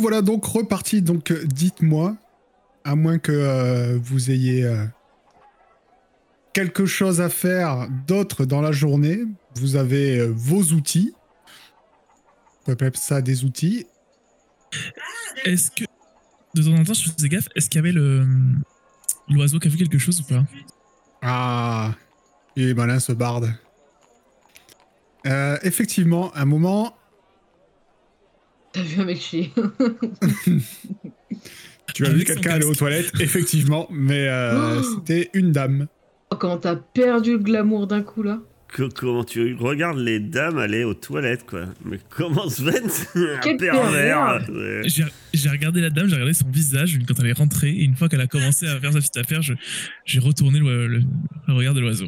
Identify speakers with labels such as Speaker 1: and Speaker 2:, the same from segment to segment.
Speaker 1: voilà donc reparti. Donc euh, dites-moi, à moins que euh, vous ayez euh, quelque chose à faire d'autre dans la journée, vous avez euh, vos outils. On peut appeler ça des outils.
Speaker 2: Est-ce que. De temps en temps, je faisais gaffe, est-ce qu'il y avait le. hum, L'oiseau qui a vu quelque chose ou pas
Speaker 1: Ah, il est malin ce barde. Euh, effectivement, un moment,
Speaker 3: T'as vu un mec chier.
Speaker 1: tu as
Speaker 2: Avec
Speaker 1: vu
Speaker 2: son
Speaker 1: quelqu'un aller aux
Speaker 2: casque.
Speaker 1: toilettes, effectivement, mais euh,
Speaker 3: Oh
Speaker 1: c'était une dame.
Speaker 3: Oh, comment t'as perdu le glamour d'un coup là
Speaker 4: Co- comment tu regardes les dames aller aux toilettes, quoi. Mais comment Sven Un
Speaker 3: Quel pervers.
Speaker 4: hein, Ouais.
Speaker 2: J'ai j'ai regardé la dame, j'ai regardé son visage quand elle est rentrée, et une fois qu'elle a commencé à faire sa petite affaire, je- j'ai retourné le, le- le regard de l'oiseau.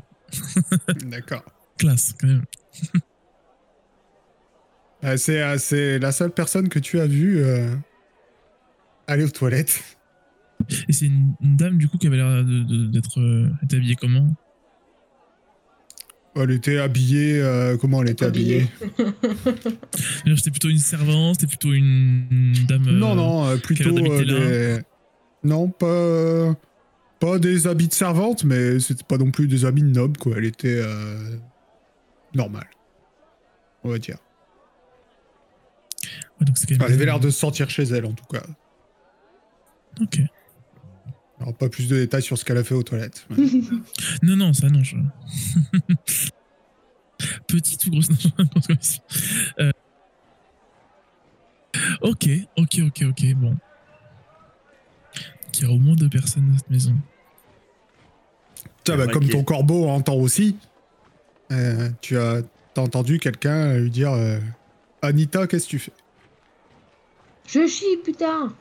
Speaker 1: D'accord.
Speaker 2: Classe, quand même.
Speaker 1: Euh, c'est, euh, c'est la seule personne que tu as vue euh, aller aux toilettes.
Speaker 2: Et c'est une, une dame, du coup, qui avait l'air de- de- d'être euh, elle était habillée comment
Speaker 1: Elle était habillée. euh, comment elle était habillée,
Speaker 3: Habillée.
Speaker 2: Alors, C'était plutôt une servante, c'était plutôt une, une dame. euh,
Speaker 1: Non, non, euh,
Speaker 2: qu'elle hein a
Speaker 1: plutôt.
Speaker 2: d'habiter
Speaker 1: euh, des- Non, pas. euh, Pas des habits de servante, mais c'était pas non plus des habits de noble, quoi. Elle était. euh, normale. On va dire.
Speaker 2: ouais, donc c'est quand même
Speaker 1: Enfin, elle avait
Speaker 2: bizarre.
Speaker 1: l'air de se sentir chez elle, en tout cas.
Speaker 2: Ok.
Speaker 1: Alors, pas plus de détails sur ce qu'elle a fait aux toilettes. mais-
Speaker 2: Non, non, ça non. Je... Petite ou grosse Non, je raconte comme ça. Euh, Ok, ok, ok, ok, bon. Il y a au moins deux personnes dans cette maison.
Speaker 1: Putain, bah,
Speaker 4: Ouais,
Speaker 1: comme
Speaker 4: ok.
Speaker 1: ton corbeau entend aussi, euh, tu as t'as entendu quelqu'un lui dire euh, Anita, qu'est-ce que tu fais
Speaker 3: Je chie, putain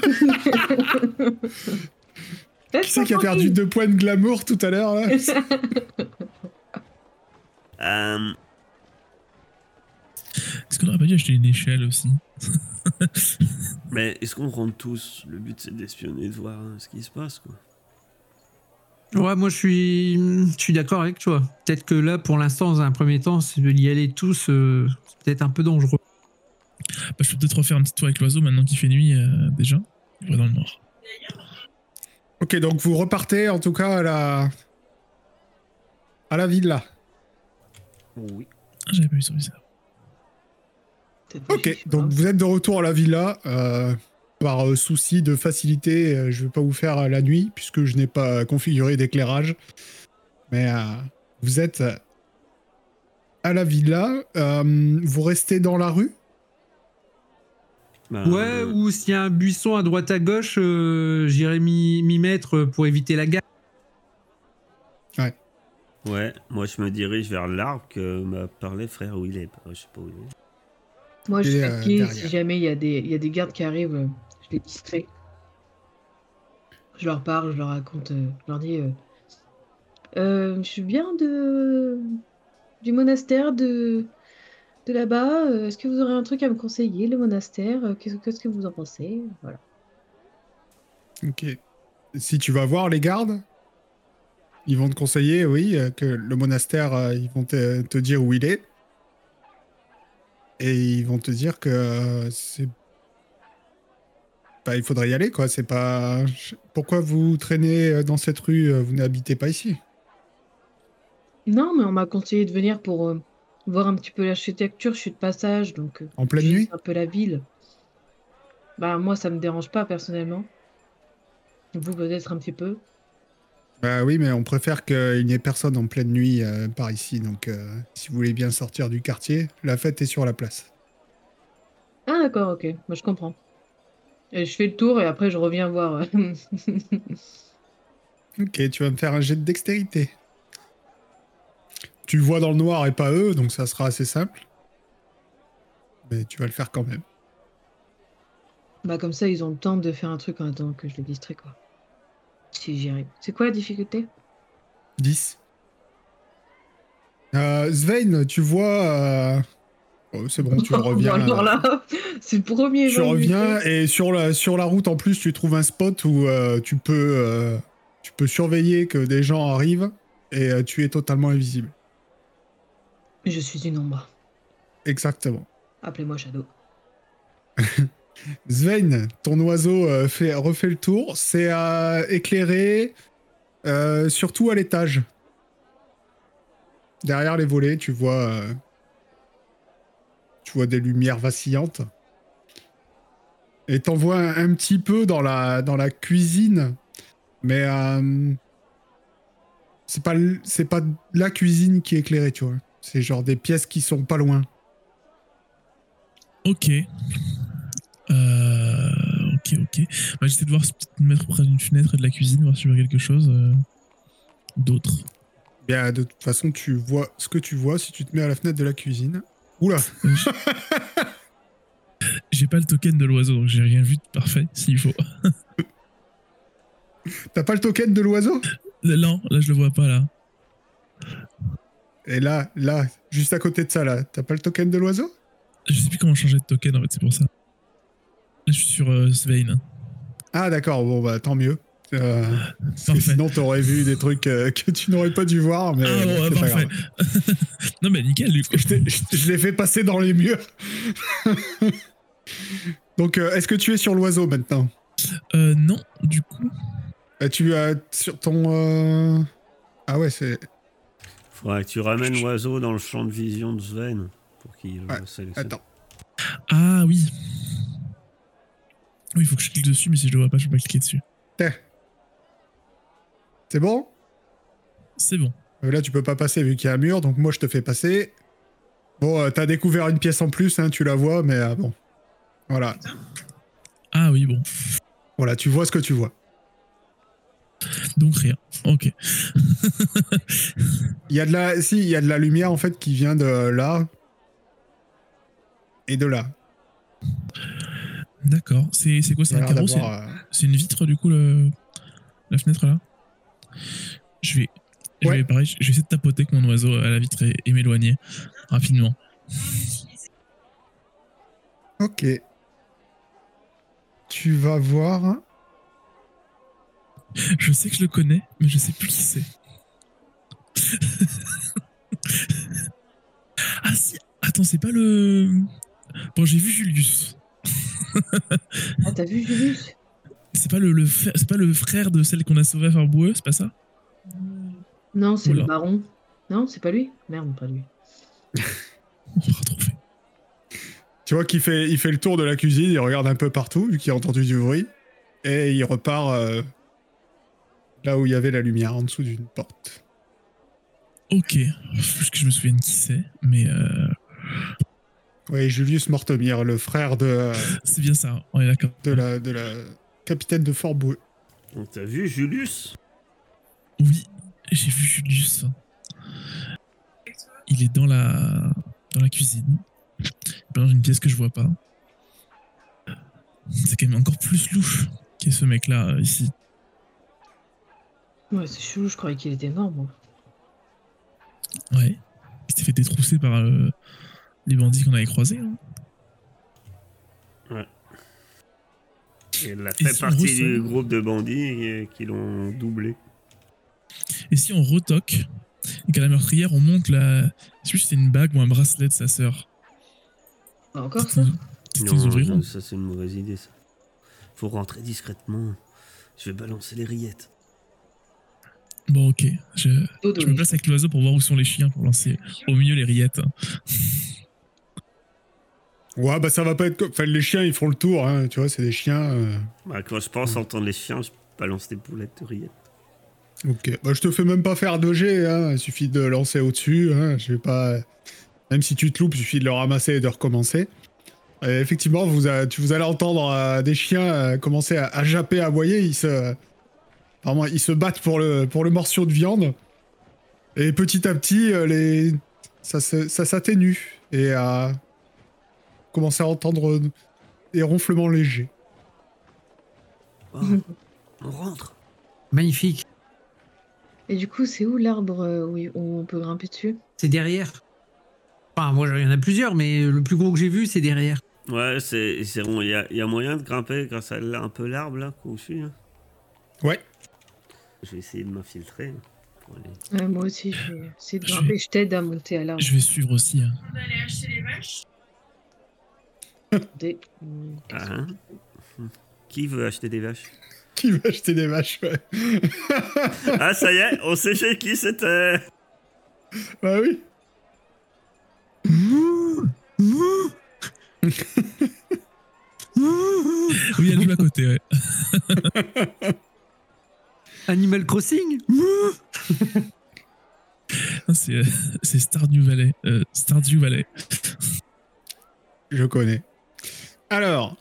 Speaker 1: Qui c'est qui a perdu deux points de glamour tout à l'heure là
Speaker 4: Euh,
Speaker 2: Est-ce qu'on aurait pas dû acheter une échelle aussi
Speaker 4: mais est-ce qu'on rentre tous Le but, c'est d'espionner, de voir euh, ce qui se passe, quoi.
Speaker 5: Ouais, moi je suis, je suis d'accord avec toi. Peut-être que là, pour l'instant, dans un premier temps, c'est de y aller tous, euh, c'est peut-être un peu dangereux.
Speaker 2: bah, Je peux peut-être refaire un petit tour avec l'oiseau maintenant qu'il fait nuit euh, déjà. Il va dans le noir.
Speaker 1: Ok, donc vous repartez en tout cas à la. à la villa.
Speaker 4: Oui.
Speaker 2: Ah, J'avais pas vu sur ça.
Speaker 1: Ok, donc
Speaker 3: hein.
Speaker 1: vous êtes de retour à la villa. euh, par euh, souci de facilité, euh, je vais pas vous faire euh, la nuit puisque je n'ai pas configuré d'éclairage. Mais euh, vous êtes euh, à la villa. euh, vous restez dans la rue
Speaker 4: Bah,
Speaker 5: Ouais,
Speaker 4: euh,
Speaker 5: ou s'il y a un buisson à droite à gauche, euh, j'irai m'y m'y mettre pour éviter la gare.
Speaker 4: ouais, moi je me dirige vers l'arbre que m'a parlé frère où il est. Bah, Je sais pas où il est.
Speaker 3: Moi, je
Speaker 1: Il
Speaker 3: suis
Speaker 1: est, euh, derrière.
Speaker 3: si jamais il y, a des- il y a des gardes qui arrivent, euh, je les distrais. Je leur parle, je leur raconte, euh, je leur dis euh, Euh, Je suis bien de... du monastère de, de là-bas. euh, Est-ce que vous aurez un truc à me conseiller, le monastère Euh, Qu'est-ce qu'est-ce que vous en pensez Voilà.
Speaker 1: Ok. Si tu vas voir les gardes, ils vont te conseiller, oui, euh, que le monastère, euh, ils vont te, te dire où il est. Et ils vont te dire que euh, c'est. Bah, il faudrait y aller, quoi. C'est pas. Je- Pourquoi vous traînez euh, dans cette rue euh, Vous n'habitez pas ici.
Speaker 3: Non, mais on m'a conseillé de venir pour euh, voir un petit peu l'architecture. Je suis de passage, donc. euh,
Speaker 1: En pleine
Speaker 3: Juste
Speaker 1: nuit
Speaker 3: un peu la ville. Bah moi ça me dérange pas personnellement. Vous peut-être un petit peu.
Speaker 1: Bah oui, mais on préfère qu'il n'y ait personne en pleine nuit euh, par ici. Donc, euh, si vous voulez bien sortir du quartier, la fête est sur la place.
Speaker 3: Ah d'accord, ok, moi je comprends. Et je fais le tour et après je reviens voir. euh,
Speaker 1: Ok, tu vas me faire un jet de dextérité. Tu le vois dans le noir et pas eux, donc ça sera assez simple. Mais tu vas le faire quand même.
Speaker 3: bah comme ça ils ont le temps de faire un truc en attendant que je les distrais quoi. Si j'y arrive. C'est quoi la difficulté
Speaker 1: 10. Euh, Svein, tu vois... euh, oh, c'est bon, tu reviens.
Speaker 3: Bon, alors
Speaker 1: euh,
Speaker 3: là, c'est le premier
Speaker 1: tu
Speaker 3: jeu que
Speaker 1: reviens
Speaker 3: je fais.
Speaker 1: et sur la, sur la route en plus, tu trouves un spot où euh, tu, peux, euh, tu peux surveiller que des gens arrivent et euh, tu es totalement invisible.
Speaker 3: Je suis une ombre.
Speaker 1: Exactement.
Speaker 3: Appelez-moi Shadow.
Speaker 1: Svein, ton oiseau euh, fait, refait le tour. C'est à éclairer, euh, surtout à l'étage. Derrière les volets, tu vois, euh, tu vois des lumières vacillantes. Et t'en vois un, un petit peu dans la, dans la cuisine, mais euh, c'est pas, l- c'est pas la cuisine qui est éclairée, tu vois. C'est genre des pièces qui sont pas loin.
Speaker 2: Ok. Euh, ok, ok. Bah, J'essaie de voir, si- peut-être me mettre près d'une fenêtre et de la cuisine, voir si je vois quelque chose euh, d'autre.
Speaker 1: Bien, Bah, de toute façon, tu vois ce que tu vois si tu te mets à la fenêtre de la cuisine. Oula,
Speaker 2: J'ai pas le token de l'oiseau, donc j'ai rien vu de parfait, s'il faut.
Speaker 1: t'as pas le token de l'oiseau
Speaker 2: Là, Non, là, je le vois pas, là.
Speaker 1: Et là, là, juste à côté de ça, là, t'as pas le token de l'oiseau
Speaker 2: Je sais plus comment changer de token, en fait, c'est pour ça. Là, je suis sur euh, Svein.
Speaker 1: Ah d'accord, bon bah tant mieux. Euh,
Speaker 2: Ah,
Speaker 1: parce que
Speaker 2: Parfait.
Speaker 1: sinon t'aurais vu des trucs euh, que tu n'aurais pas dû voir, mais
Speaker 2: Ah,
Speaker 1: bon,
Speaker 2: ouais,
Speaker 1: c'est pas
Speaker 2: parfait.
Speaker 1: grave.
Speaker 2: non, mais nickel, du coup.
Speaker 1: Je, t'ai- je- je l'ai fait passer dans les murs. Donc euh, est-ce que tu es sur l'oiseau maintenant
Speaker 2: Euh, non, du coup.
Speaker 1: Euh, Tu as sur ton... euh, Ah ouais, c'est...
Speaker 4: Faudra que tu ramènes l'oiseau dans le champ de vision de Sven pour qu'il
Speaker 1: Ouais,
Speaker 4: ça- ça-
Speaker 1: Attends.
Speaker 2: Ah, oui. Oui, il faut que je clique dessus, mais si je le vois pas, je peux pas cliquer dessus.
Speaker 1: C'est bon
Speaker 2: C'est bon.
Speaker 1: Euh, Là, tu peux pas passer vu qu'il y a un mur, donc moi je te fais passer. Bon, euh, t'as découvert une pièce en plus, hein, tu la vois, mais euh, bon. Voilà.
Speaker 2: Ah, oui, bon.
Speaker 1: voilà, tu vois ce que tu vois.
Speaker 2: Donc rien. Ok.
Speaker 1: Il y a de la, si, il y a de la lumière en fait qui vient de là et de là.
Speaker 2: D'accord. C'est c'est quoi C'est
Speaker 1: Il y a
Speaker 2: un
Speaker 1: l'air
Speaker 2: carreau C'est
Speaker 1: d'avoir, euh,
Speaker 2: c'est une vitre, du coup, le... la fenêtre, là Je vais. Je
Speaker 1: Ouais.
Speaker 2: vais pareil, je je vais essayer de tapoter avec mon oiseau à la vitre et, et m'éloigner rapidement.
Speaker 1: euh, Ok. Tu vas voir.
Speaker 2: Je sais que je le connais, mais je sais plus qui c'est. ah si Attends, c'est pas le. Bon, j'ai vu Julius.
Speaker 3: Ah, t'as vu Julius
Speaker 2: C'est pas le, le frère, c'est pas le frère de celle qu'on a sauvée à Farboueux, c'est pas ça
Speaker 3: Non, c'est
Speaker 2: Oula.
Speaker 3: le baron. Non, c'est pas lui Merde, pas lui.
Speaker 2: On va retrouver.
Speaker 1: Tu vois qu'il fait, il fait le tour de la cuisine, il regarde un peu partout vu qu'il a entendu du bruit et il repart euh, là où il y avait la lumière en dessous d'une porte.
Speaker 2: Ok. Faut que je me souvienne qui c'est, mais euh,
Speaker 1: Oui, Julius Mortemire, le frère de, euh,
Speaker 2: c'est bien ça. On est d'accord.
Speaker 1: de la, de la capitaine de Fort Boueux.
Speaker 4: Donc t'as vu Julius
Speaker 2: Oui, j'ai vu Julius. Il est dans la dans la cuisine. Il est Dans une pièce que je vois pas. C'est quand même encore plus louche qu'est ce mec-là euh, ici.
Speaker 3: Ouais, c'est chelou, je croyais qu'il était mort, moi.
Speaker 2: Ouais. Il s'est fait détrousser par euh, les bandits qu'on avait croisés. hein.
Speaker 4: Il a
Speaker 2: Ils
Speaker 4: fait
Speaker 2: sont
Speaker 4: partie
Speaker 2: russes,
Speaker 4: du
Speaker 2: hein.
Speaker 4: groupe de bandits euh, qui l'ont doublé.
Speaker 2: Et si on retoque et qu'à la meurtrière on monte la. Est-ce que c'est une bague ou un bracelet de sa sœur
Speaker 3: Ah, encore ça
Speaker 2: Peut-être
Speaker 4: Non,
Speaker 2: qu'ils ouvriront.
Speaker 4: non, ça c'est une mauvaise idée ça. Faut rentrer discrètement. Je vais balancer les rillettes.
Speaker 2: Bon, ok. Je,
Speaker 3: Dodo.
Speaker 2: je me place avec l'oiseau pour voir où sont les chiens pour lancer au mieux les rillettes.
Speaker 1: Ouais, bah ça va pas être. co- Enfin, les chiens, ils font le tour, hein, tu vois, c'est des chiens. euh,
Speaker 4: Bah, quand je pense entendre les chiens, je balance des boulettes de rillettes.
Speaker 1: Ok, bah je te fais même pas faire de jet, hein. il suffit de lancer au-dessus, hein. je vais pas... Même si tu te loupes, il suffit de le ramasser et de recommencer. Et effectivement, vous, a- tu, vous allez entendre euh, des chiens euh, commencer à, à japper, à voyer, ils se... Apparemment, ils se battent pour le, pour le morceau de viande. Et petit à petit, euh, les... ça se- ça s'atténue et à commencer à entendre des ronflements légers.
Speaker 4: Oh, on rentre
Speaker 5: Magnifique.
Speaker 3: Et du coup, c'est où l'arbre euh, où y- où on peut grimper dessus
Speaker 5: C'est derrière. Enfin, moi, il y en a plusieurs, mais le plus gros que j'ai vu, c'est derrière.
Speaker 4: Ouais, c'est c'est rond. Il y, a- il y a moyen de grimper grâce à l- un peu l'arbre là qu'on suit. hein.
Speaker 1: Ouais.
Speaker 4: Je vais essayer de m'infiltrer. hein, pour aller-
Speaker 3: Ouais, Euh, Moi aussi, je vais essayer de
Speaker 2: Je
Speaker 3: grimper. Je t'aide à monter à l'arbre.
Speaker 2: Je vais suivre aussi. hein.
Speaker 3: Attendez, hum,
Speaker 4: Ah, hein. Qui veut acheter des vaches
Speaker 1: Qui va acheter des vaches ouais.
Speaker 4: Ah, ça y est, on sait chez qui c'était.
Speaker 1: Bah oui.
Speaker 5: Mouh, mouh. Mouh.
Speaker 2: Oui, elle joue à côté, ouais.
Speaker 5: Animal Crossing Mouh.
Speaker 2: Ah, C'est euh, c'est Stardew Valley. Euh, Stardew Valley.
Speaker 1: Je connais. Alors,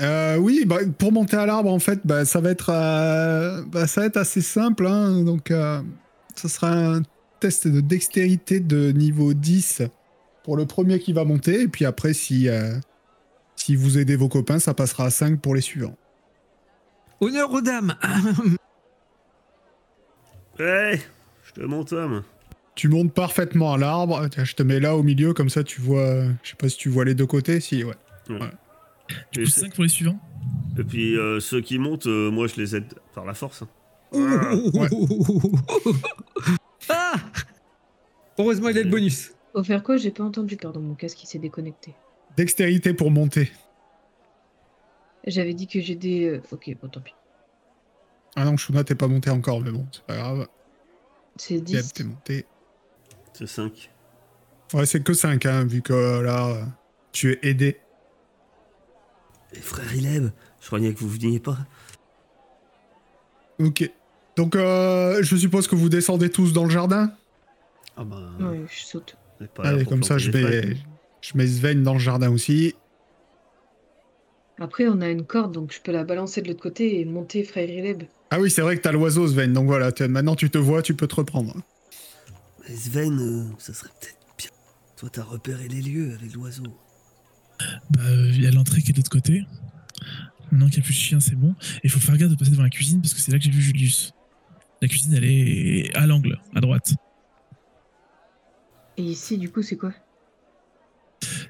Speaker 1: euh, oui, bah, pour monter à l'arbre, en fait, bah, ça, va être, euh, bah, ça va être assez simple. hein, donc, euh, ça sera un test de dextérité de niveau 10 pour le premier qui va monter. Et puis après, si, euh, si vous aidez vos copains, ça passera à 5 pour les suivants.
Speaker 5: Honneur aux dames
Speaker 4: Ouais, je te monte ça, moi.
Speaker 1: Tu montes parfaitement à l'arbre. Tiens, Je te mets là au milieu, comme ça, tu vois. euh, Je sais pas si tu vois les deux côtés. Si, ouais.
Speaker 2: Du
Speaker 4: Et
Speaker 2: coup,
Speaker 4: c'est-
Speaker 2: 5 pour les suivants
Speaker 4: Et puis, euh, ceux qui montent, euh, moi, je les aide par la force. hein.
Speaker 5: Ah Heureusement, il a le bonus.
Speaker 3: Faut faire quoi J'ai pas entendu, pardon, mon casque il s'est déconnecté.
Speaker 1: Dextérité pour monter.
Speaker 3: J'avais dit que j'ai des. euh, Ok, bon, tant pis.
Speaker 1: Ah non, Shuna, t'es pas monté encore, mais bon, c'est pas grave.
Speaker 3: C'est
Speaker 1: Yep,
Speaker 3: 10.
Speaker 1: t'es monté.
Speaker 4: C'est 5.
Speaker 1: Ouais, c'est que 5, hein, vu que euh, là, euh, tu es aidé.
Speaker 4: Et frère Ileb, je croyais que vous veniez pas.
Speaker 1: Ok. Donc, euh, je suppose que vous descendez tous dans le jardin
Speaker 4: Ah bah.
Speaker 3: Ouais, je saute.
Speaker 4: on est pas là
Speaker 1: Allez,
Speaker 4: pour
Speaker 1: Ah, comme ça,
Speaker 4: planter
Speaker 1: je
Speaker 4: des
Speaker 1: mets,
Speaker 4: fraises.
Speaker 1: je mets Sven dans le jardin aussi.
Speaker 3: Après, on a une corde, donc je peux la balancer de l'autre côté et monter Frère Ileb.
Speaker 1: Ah oui, c'est vrai que t'as l'oiseau, Sven. Donc voilà, t'as- maintenant tu te vois, tu peux te reprendre.
Speaker 4: Mais Sven, euh, ça serait peut-être bien. Toi, t'as repéré les lieux avec l'oiseau.
Speaker 2: Bah, euh, il y a l'entrée qui est de l'autre côté. Maintenant qu'il n'y a plus de chien, c'est bon. Et il faut faire gaffe de passer devant la cuisine parce que c'est là que j'ai vu Julius. La cuisine, elle est à l'angle, à droite.
Speaker 3: Et ici, du coup, c'est quoi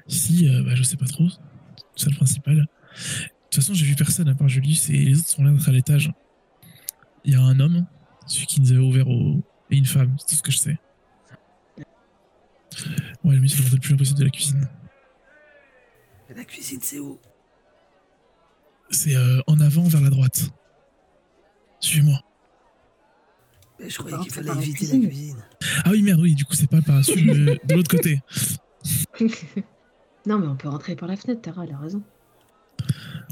Speaker 2: Ici, euh, bah, je sais pas trop. C'est le principal. De toute façon, j'ai vu personne à part Julius et les autres sont là d'être à l'étage. Il y a un homme, celui qui nous avait ouvert au... et une femme, c'est tout ce que je sais. Ouais, le mieux c'est de rentrer le plus loin possible de la cuisine.
Speaker 4: Mais la cuisine, c'est où
Speaker 2: C'est euh, en avant vers la droite. Suivez-moi.
Speaker 4: Mais je croyais
Speaker 3: Ah,
Speaker 4: qu'il
Speaker 3: c'est
Speaker 4: fallait
Speaker 3: par la
Speaker 4: éviter la
Speaker 3: cuisine.
Speaker 4: cuisine.
Speaker 2: Ah oui, merde, oui, du coup, c'est pas par celui de de l'autre côté.
Speaker 3: Non, mais on peut rentrer par la fenêtre, Tara, elle a raison.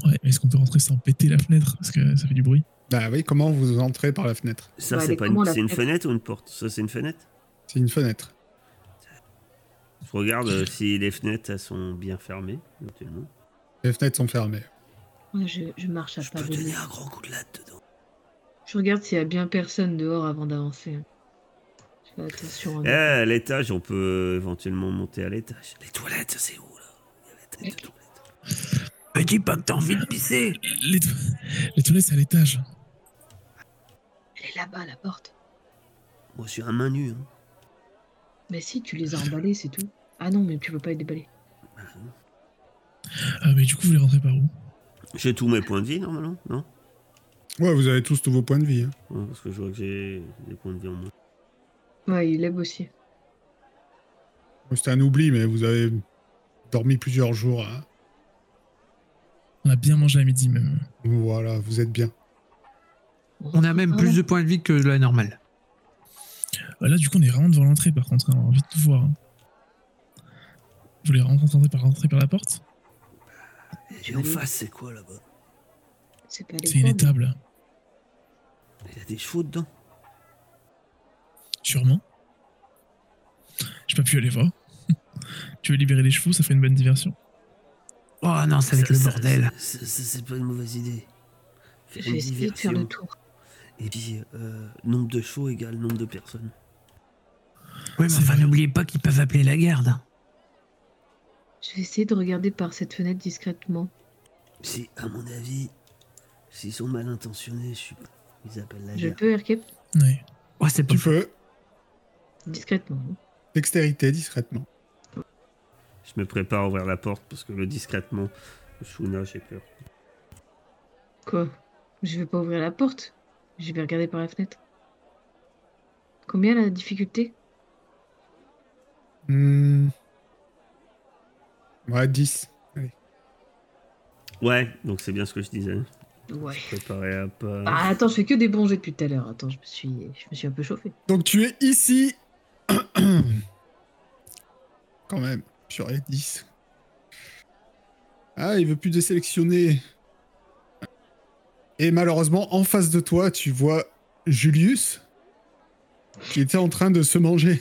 Speaker 2: Ouais, mais est-ce qu'on peut rentrer sans péter la fenêtre Parce que ça fait du bruit.
Speaker 1: Bah oui, comment vous entrez par la fenêtre
Speaker 4: Ça,
Speaker 3: Ouais,
Speaker 4: c'est
Speaker 3: mais
Speaker 4: pas
Speaker 3: Bah, comment
Speaker 4: une,
Speaker 3: la
Speaker 4: c'est une
Speaker 3: fenêtre
Speaker 4: fenêtre ou une porte Ça, c'est une fenêtre.
Speaker 1: C'est une fenêtre.
Speaker 4: Je regarde euh, si les fenêtres elles sont bien fermées, éventuellement.
Speaker 1: Les fenêtres sont fermées.
Speaker 3: Ouais, Je, je marche à
Speaker 4: Je
Speaker 3: pas
Speaker 4: peux
Speaker 3: de
Speaker 4: donner un grand coup de latte dedans.
Speaker 3: Je regarde s'il y a bien personne dehors avant d'avancer. Je fais attention.
Speaker 4: Eh,
Speaker 3: hein.
Speaker 4: à l'étage, on peut euh, éventuellement monter à l'étage. Les toilettes, c'est où là Il y avait peut-être des toilettes.
Speaker 5: Me dis pas que t'as envie de pisser
Speaker 2: Les, to- les toilettes, c'est à l'étage.
Speaker 3: Elle est là-bas, la porte.
Speaker 4: Moi, je suis un main nue. hein.
Speaker 3: Mais si, tu les as emballées, c'est tout. Ah non, mais tu peux pas les déballer.
Speaker 2: Ah, mais du coup, vous les rentrez par où
Speaker 4: J'ai tous mes points de vie, normalement, non
Speaker 1: Ouais, vous avez tous tous vos points de vie. hein.
Speaker 4: Ouais, Parce que je vois que j'ai des points de vie en moins.
Speaker 3: Ouais, il aime aussi.
Speaker 1: C'était un oubli, mais vous avez dormi plusieurs jours. hein.
Speaker 2: On a bien mangé à midi, même.
Speaker 1: Voilà, vous êtes bien.
Speaker 5: On a même plus de points de vie que la normale.
Speaker 2: Ah, Là, du coup, on est vraiment devant l'entrée, par contre. hein, On a envie de tout voir. hein. Vous les rentrez par rentrer par la porte
Speaker 4: Et en face, c'est quoi là-bas
Speaker 3: C'est pas les
Speaker 2: C'est une
Speaker 3: pommes.
Speaker 2: étable,
Speaker 4: Il y a des chevaux dedans.
Speaker 2: sûrement. J'ai pas pu aller voir. tu veux libérer les chevaux, ça fait une bonne diversion.
Speaker 5: Oh non, ça va être le
Speaker 4: Ça- ça-
Speaker 5: bordel.
Speaker 4: ça- ça- C'est pas une mauvaise idée.
Speaker 3: Je
Speaker 4: Faire
Speaker 3: vais
Speaker 4: une
Speaker 3: essayer de faire le
Speaker 4: diversion.
Speaker 3: tour.
Speaker 4: Et puis, euh, nombre de chevaux égale nombre de personnes.
Speaker 5: Oui, mais
Speaker 2: C'est
Speaker 5: enfin,
Speaker 2: vrai.
Speaker 5: n'oubliez pas qu'ils peuvent appeler la garde.
Speaker 3: Je vais essayer de regarder par cette fenêtre discrètement.
Speaker 4: Si, à mon avis, s'ils sont mal intentionnés, je suis... ils appellent la
Speaker 3: Je
Speaker 4: guerre.
Speaker 3: peux, Erkep
Speaker 2: Ouais.
Speaker 5: Ouais, Oh, c'est pas
Speaker 1: Tu peux,
Speaker 3: Discrètement. hein.
Speaker 1: dextérité, discrètement.
Speaker 4: Je me prépare à ouvrir la porte parce que le discrètement, le Shuna, j'ai peur.
Speaker 3: Quoi Je vais pas ouvrir la porte. Je vais regarder par la fenêtre. Combien la difficulté
Speaker 1: Hmm. Ouais, 10. Allez.
Speaker 4: Ouais, donc c'est bien ce que je disais.
Speaker 3: Ouais.
Speaker 4: Préparé à pas.
Speaker 3: Ah, attends, je fais que des bons jets depuis tout à l'heure. Attends, je me suis, je me suis un peu chauffé.
Speaker 1: Donc tu es ici. Quand même, j'aurais 10. Ah, il veut plus désélectionner. Et malheureusement, en face de toi, tu vois Julius qui était en train de se manger,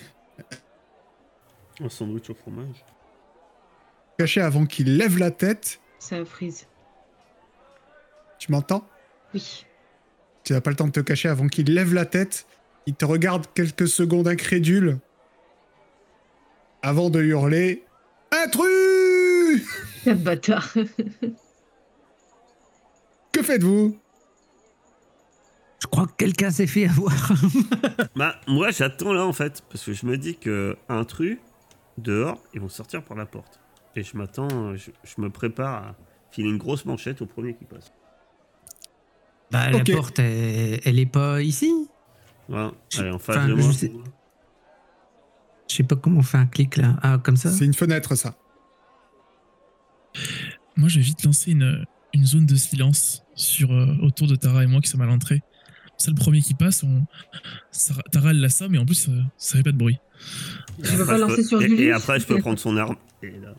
Speaker 4: Un sandwich au fromage.
Speaker 1: caché avant qu'il lève la tête.
Speaker 3: Ça a frise.
Speaker 1: Tu m'entends
Speaker 3: Oui.
Speaker 1: Tu n'as pas le temps de te cacher avant qu'il lève la tête. Il te regarde quelques secondes incrédule. Avant de hurler Intrus
Speaker 3: Quel bâtard.
Speaker 1: Que faites-vous
Speaker 5: Je crois que quelqu'un s'est fait avoir.
Speaker 4: Bah, moi j'attends là en fait, parce que je me dis que intrus, dehors, ils vont sortir par la porte. Et je m'attends, je, je me prépare à filer une grosse manchette au premier qui passe.
Speaker 5: Bah,
Speaker 1: Ok.
Speaker 5: la porte, elle, elle est pas ici.
Speaker 4: Ouais,
Speaker 5: Je-
Speaker 4: allez, en face
Speaker 5: enfin,
Speaker 4: de
Speaker 5: je
Speaker 4: moi.
Speaker 5: sais- Je sais pas comment on fait un clic là. Ah, comme ça
Speaker 1: C'est une fenêtre, ça.
Speaker 2: Moi, je vais vite lancer une, une zone de silence sur, euh, autour de Tara et moi qui sommes à l'entrée. C'est le premier qui passe. On... Sarah- Tara, elle l'a ça, mais en plus, euh, ça fait pas de bruit.
Speaker 4: Et
Speaker 3: Je
Speaker 4: après,
Speaker 3: veux pas lancer
Speaker 4: peux-
Speaker 3: sur
Speaker 4: et-
Speaker 3: Julius.
Speaker 4: Et après, je peux prendre son arme. Et là.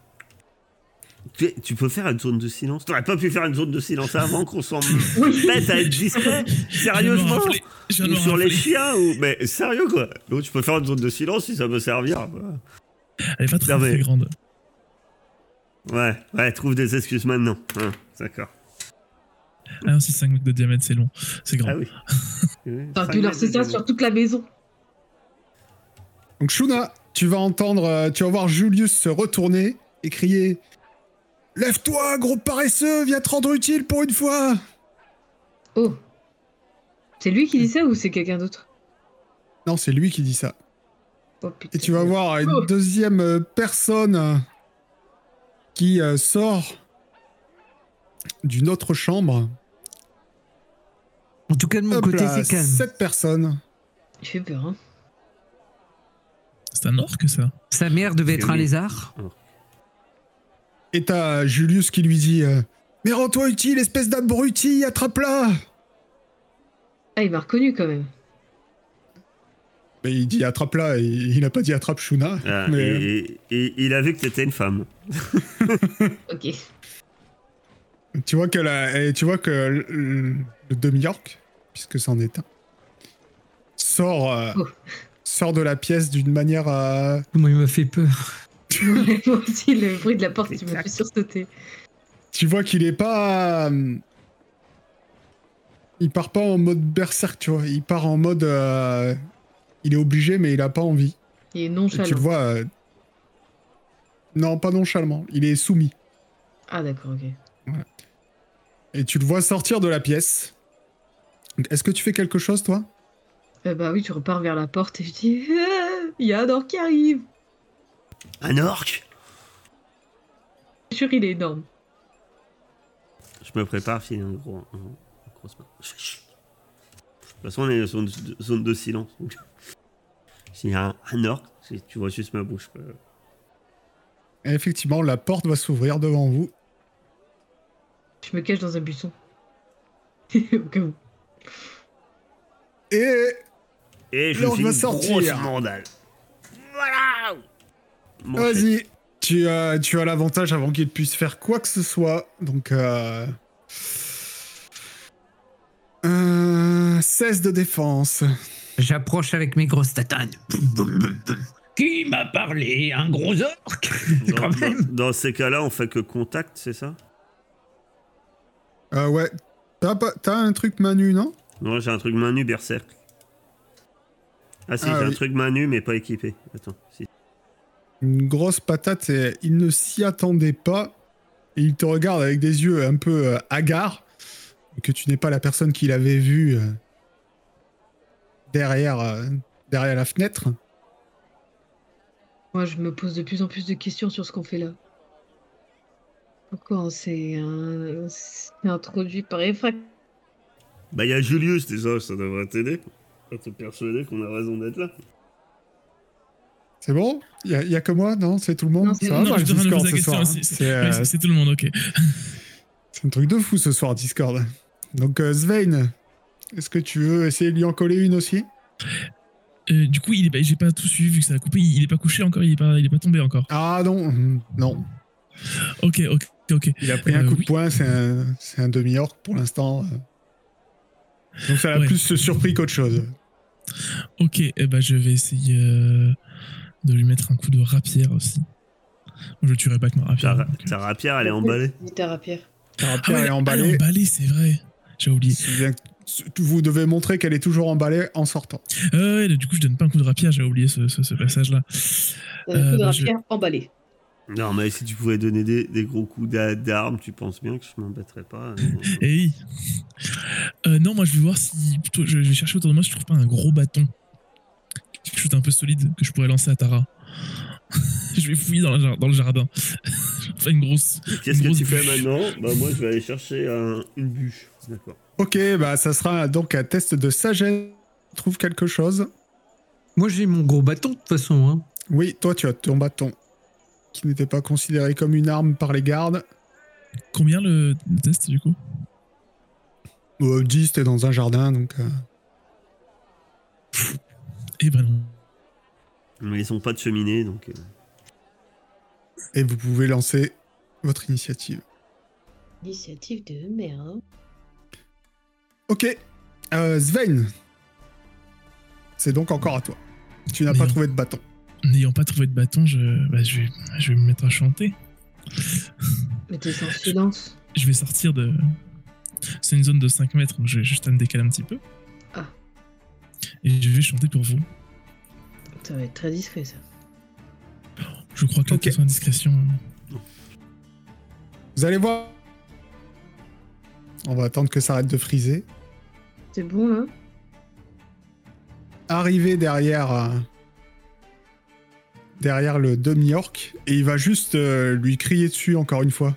Speaker 4: Tu, tu peux faire une zone de silence T'aurais pas pu faire une zone de silence avant qu'on s'en
Speaker 3: Oui.
Speaker 4: bête à être discret
Speaker 2: Je viens de me
Speaker 4: Sérieusement
Speaker 2: rappeler- je viens de
Speaker 4: Ou
Speaker 2: me
Speaker 4: sur les
Speaker 2: rappeler.
Speaker 4: chiens ou... Mais sérieux quoi Donc tu peux faire une zone de silence si ça peut servir. quoi.
Speaker 2: Elle est pas très,
Speaker 4: Non, mais-
Speaker 2: très grande.
Speaker 4: Ouais, ouais, trouve des excuses maintenant. Hein, D'accord.
Speaker 2: Ah, non, c'est 5 mètres de diamètre, c'est long. C'est grand.
Speaker 4: Ah oui. Ouais,
Speaker 3: T'aurais
Speaker 4: cinq
Speaker 3: pu
Speaker 4: mètres
Speaker 3: lancer
Speaker 4: de
Speaker 3: ça
Speaker 4: diamètre.
Speaker 3: sur toute la maison.
Speaker 1: Donc Shuna, tu vas entendre, euh, tu vas voir Julius se retourner et crier Lève-toi, gros paresseux, viens te rendre utile pour une fois
Speaker 3: Oh. C'est lui qui dit ça ou c'est quelqu'un d'autre
Speaker 1: Non, c'est lui qui dit ça.
Speaker 3: Oh putain.
Speaker 1: Et tu vas voir une
Speaker 3: Oh.
Speaker 1: deuxième euh, personne euh, qui euh, sort d'une autre chambre.
Speaker 5: En tout cas, de mon
Speaker 1: Hop
Speaker 5: côté,
Speaker 1: là,
Speaker 5: c'est calme.
Speaker 1: Cette personne.
Speaker 3: Il fait peur, hein.
Speaker 2: C'est un orque, ça.
Speaker 5: Sa mère devait être un
Speaker 4: Oui.
Speaker 5: lézard.
Speaker 1: Et t'as euh, Julius qui lui dit euh, Mais rends-toi utile, espèce d'abruti, attrape-la
Speaker 3: Ah, il m'a reconnu quand même.
Speaker 1: Mais il dit attrape-la, et il n'a pas dit attrape Shuna.
Speaker 4: Ah,
Speaker 1: mais-
Speaker 4: et,
Speaker 3: euh.
Speaker 4: et- et il a vu que t'étais une femme.
Speaker 3: Ok.
Speaker 1: Tu vois que la, et tu vois que le, le- le demi-orc, puisque c'en est un, sort, euh,
Speaker 3: Oh.
Speaker 1: sort de la pièce d'une manière euh,
Speaker 5: Comment il m'a fait peur.
Speaker 3: Ouais, Moi aussi, le bruit de la porte, tu me
Speaker 4: Exact.
Speaker 3: fait sursauter.
Speaker 1: Tu vois qu'il est pas. euh, il part pas en mode berserk, tu vois. Il part en mode. euh, il est obligé, mais il a pas envie.
Speaker 3: Il est
Speaker 1: Et tu le
Speaker 3: nonchalant.
Speaker 1: vois. euh, non, pas nonchalamment. Il est soumis.
Speaker 3: Ah, d'accord, ok.
Speaker 1: Et tu le vois sortir de la pièce. Donc, Est-ce que tu fais quelque chose, toi
Speaker 3: Euh, bah oui, tu repars vers la porte et je dis Ah, Il y a un orc qui arrive.
Speaker 4: Un orc
Speaker 3: Je suis sûr, il est énorme.
Speaker 4: Je me prépare à filer un gros. Un, un gros smack. Chut, chut. De toute façon, on est dans une zone de, zone de silence. donc. S'il y a un, un orc, c'est- tu vois juste ma bouche. euh. quoi.
Speaker 1: Et Effectivement, la porte va s'ouvrir devant vous.
Speaker 3: Je me cache dans un buisson. Au cas où.
Speaker 1: Et
Speaker 4: Et je
Speaker 1: L'orc
Speaker 4: fais
Speaker 1: va
Speaker 4: une
Speaker 1: sortir.
Speaker 4: grosse mandale. Voilà Bon, fait.
Speaker 1: vas-y, tu, as- tu as l'avantage avant qu'il puisse faire quoi que ce soit. Donc, euh... euh, 16 de défense.
Speaker 5: J'approche avec mes grosses tatanes. Qui m'a parlé Un gros orque
Speaker 4: Dans,
Speaker 5: Quand même.
Speaker 4: dans- dans ces cas-là, on fait que contact, c'est ça
Speaker 1: Euh, ouais. T'as, pas- t'as un truc Manu, non
Speaker 4: Non, j'ai un truc main nue, berserk. Ah si,
Speaker 1: Ah,
Speaker 4: j'ai un
Speaker 1: oui.
Speaker 4: truc main nue, mais pas équipé. Attends, si.
Speaker 1: Une grosse patate, et il ne s'y attendait pas. Et il te regarde avec des yeux un peu euh, hagards. Que tu n'es pas la personne qu'il avait vue euh, derrière, euh, derrière la fenêtre.
Speaker 3: Moi, je me pose de plus en plus de questions sur ce qu'on fait là. Pourquoi on s'est euh, s'est introduit par effraction
Speaker 4: Bah, il y a Julius déjà, ça devrait t'aider. Pas te persuader qu'on a raison d'être là.
Speaker 1: C'est bon Il y, a- y a que moi Non C'est tout le monde
Speaker 3: Non, c'est-
Speaker 1: Ça va
Speaker 2: Non,
Speaker 1: pas,
Speaker 2: je
Speaker 1: le
Speaker 2: demande
Speaker 1: Discord
Speaker 2: la
Speaker 1: ce
Speaker 2: question,
Speaker 1: soir, hein
Speaker 2: c'est-
Speaker 1: C'est, euh,
Speaker 2: Oui, c'est- c'est tout le monde, ok.
Speaker 1: C'est un truc de fou ce soir, Discord. Donc, euh, Svein, est-ce que tu veux essayer de lui en coller une aussi
Speaker 2: Euh, du coup, il est pas- j'ai pas tout suivi vu que ça a coupé. Il, il est pas couché encore, il est pas, il est pas tombé encore.
Speaker 1: Ah non, hum, non.
Speaker 2: Ok, ok, ok.
Speaker 1: Il a pris un
Speaker 2: Euh,
Speaker 1: coup de
Speaker 2: oui.
Speaker 1: poing, c'est un, c'est un demi-orc pour l'instant. euh. Donc, ça l'a
Speaker 2: Ouais.
Speaker 1: plus surpris qu'autre chose.
Speaker 2: Ok, eh ben, je vais essayer euh, de lui mettre un coup de rapière aussi. Bon, je le tuerai pas avec ma rapière.
Speaker 4: Ta,
Speaker 2: donc, euh.
Speaker 4: ta rapière, elle est emballée.
Speaker 3: Guitare à pierre.
Speaker 1: Sarah
Speaker 2: Ah
Speaker 1: Pierre
Speaker 2: ouais, elle
Speaker 1: est
Speaker 2: est
Speaker 1: emballée.
Speaker 2: emballée, c'est vrai. J'ai oublié.
Speaker 1: C'est bien que- Vous devez montrer qu'elle est toujours emballée en sortant.
Speaker 2: Euh, ouais, là, du coup, je donne pas un coup de rapière, j'ai oublié ce, ce- ce passage-là.
Speaker 3: Un
Speaker 2: Euh,
Speaker 3: coup de
Speaker 2: bah,
Speaker 3: à
Speaker 2: je-
Speaker 3: pierre emballé.
Speaker 4: Non, mais si tu pouvais donner des, des gros coups d'a- d'armes, tu penses bien que je m'embêterais pas. euh,
Speaker 2: Et Eh oui. Euh, non, moi, je vais voir si. plutôt, je je vais chercher autour de moi si je trouve pas un gros bâton. Quelque chose d'un peu solide que je pourrais lancer à Tara. je vais fouiller dans, le jar- dans le jardin. Enfin, une grosse.
Speaker 4: Qu'est-ce que
Speaker 2: Grosse
Speaker 4: tu fais
Speaker 2: bûche.
Speaker 4: maintenant Bah moi je vais aller chercher un- une bûche. D'accord.
Speaker 1: Ok, bah ça sera donc un test de sagesse. Trouve quelque chose.
Speaker 5: Moi, j'ai mon gros bâton, de toute façon. hein.
Speaker 1: Oui, toi tu as ton bâton, qui n'était pas considéré comme une arme par les gardes.
Speaker 2: Combien le, le test, du coup
Speaker 1: Euh, 10, t'es dans un jardin, donc... euh,
Speaker 2: Eh ben non.
Speaker 4: Mais ils sont pas de cheminée donc. euh,
Speaker 1: et vous pouvez lancer votre initiative.
Speaker 3: Initiative de merde.
Speaker 1: Ok, euh, Sven, c'est donc encore à toi. Tu n'as
Speaker 2: Mais
Speaker 1: pas
Speaker 2: non.
Speaker 1: trouvé de bâton.
Speaker 2: N'ayant pas trouvé de bâton, je, bah, je, vais, je vais me mettre à chanter.
Speaker 3: Mais t'es sans silence.
Speaker 2: Je vais sortir de. C'est une zone de 5 mètres, donc je vais juste à me décaler un petit peu.
Speaker 3: Ah.
Speaker 2: Et je vais chanter pour vous.
Speaker 3: Ça va être très discret ça.
Speaker 2: Je crois que la
Speaker 1: Ok.
Speaker 2: question indiscrétion.
Speaker 1: Vous allez voir. On va attendre que ça arrête de friser.
Speaker 3: C'est bon hein là
Speaker 1: arriver derrière euh, derrière le demi-orc et il va juste euh, lui crier dessus encore une fois.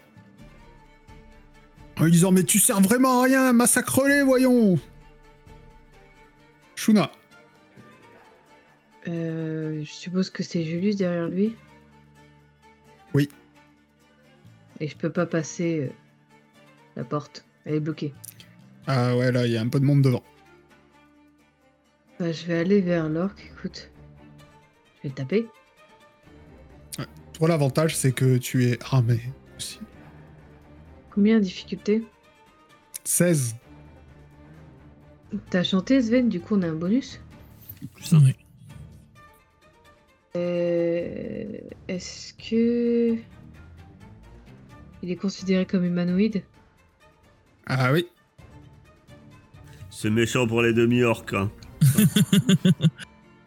Speaker 1: En lui disant mais tu sers vraiment à rien, massacre-les, voyons Shuna,
Speaker 3: Euh, je suppose que c'est Julius derrière lui.
Speaker 1: Oui.
Speaker 3: Et je peux pas passer euh, la porte. Elle est bloquée.
Speaker 1: ah ouais là il y a un peu de monde devant.
Speaker 3: Bah, je vais aller vers l'orc, écoute. Je vais le taper.
Speaker 1: Toi l'avantage c'est que tu es armé aussi.
Speaker 3: Combien de difficulté
Speaker 1: 16.
Speaker 3: T'as chanté Sven, du coup on a un bonus
Speaker 2: Ouais.
Speaker 3: Euh, Est-ce que. Il est considéré comme humanoïde
Speaker 1: Ah oui.
Speaker 4: C'est méchant pour les demi-orques. hein.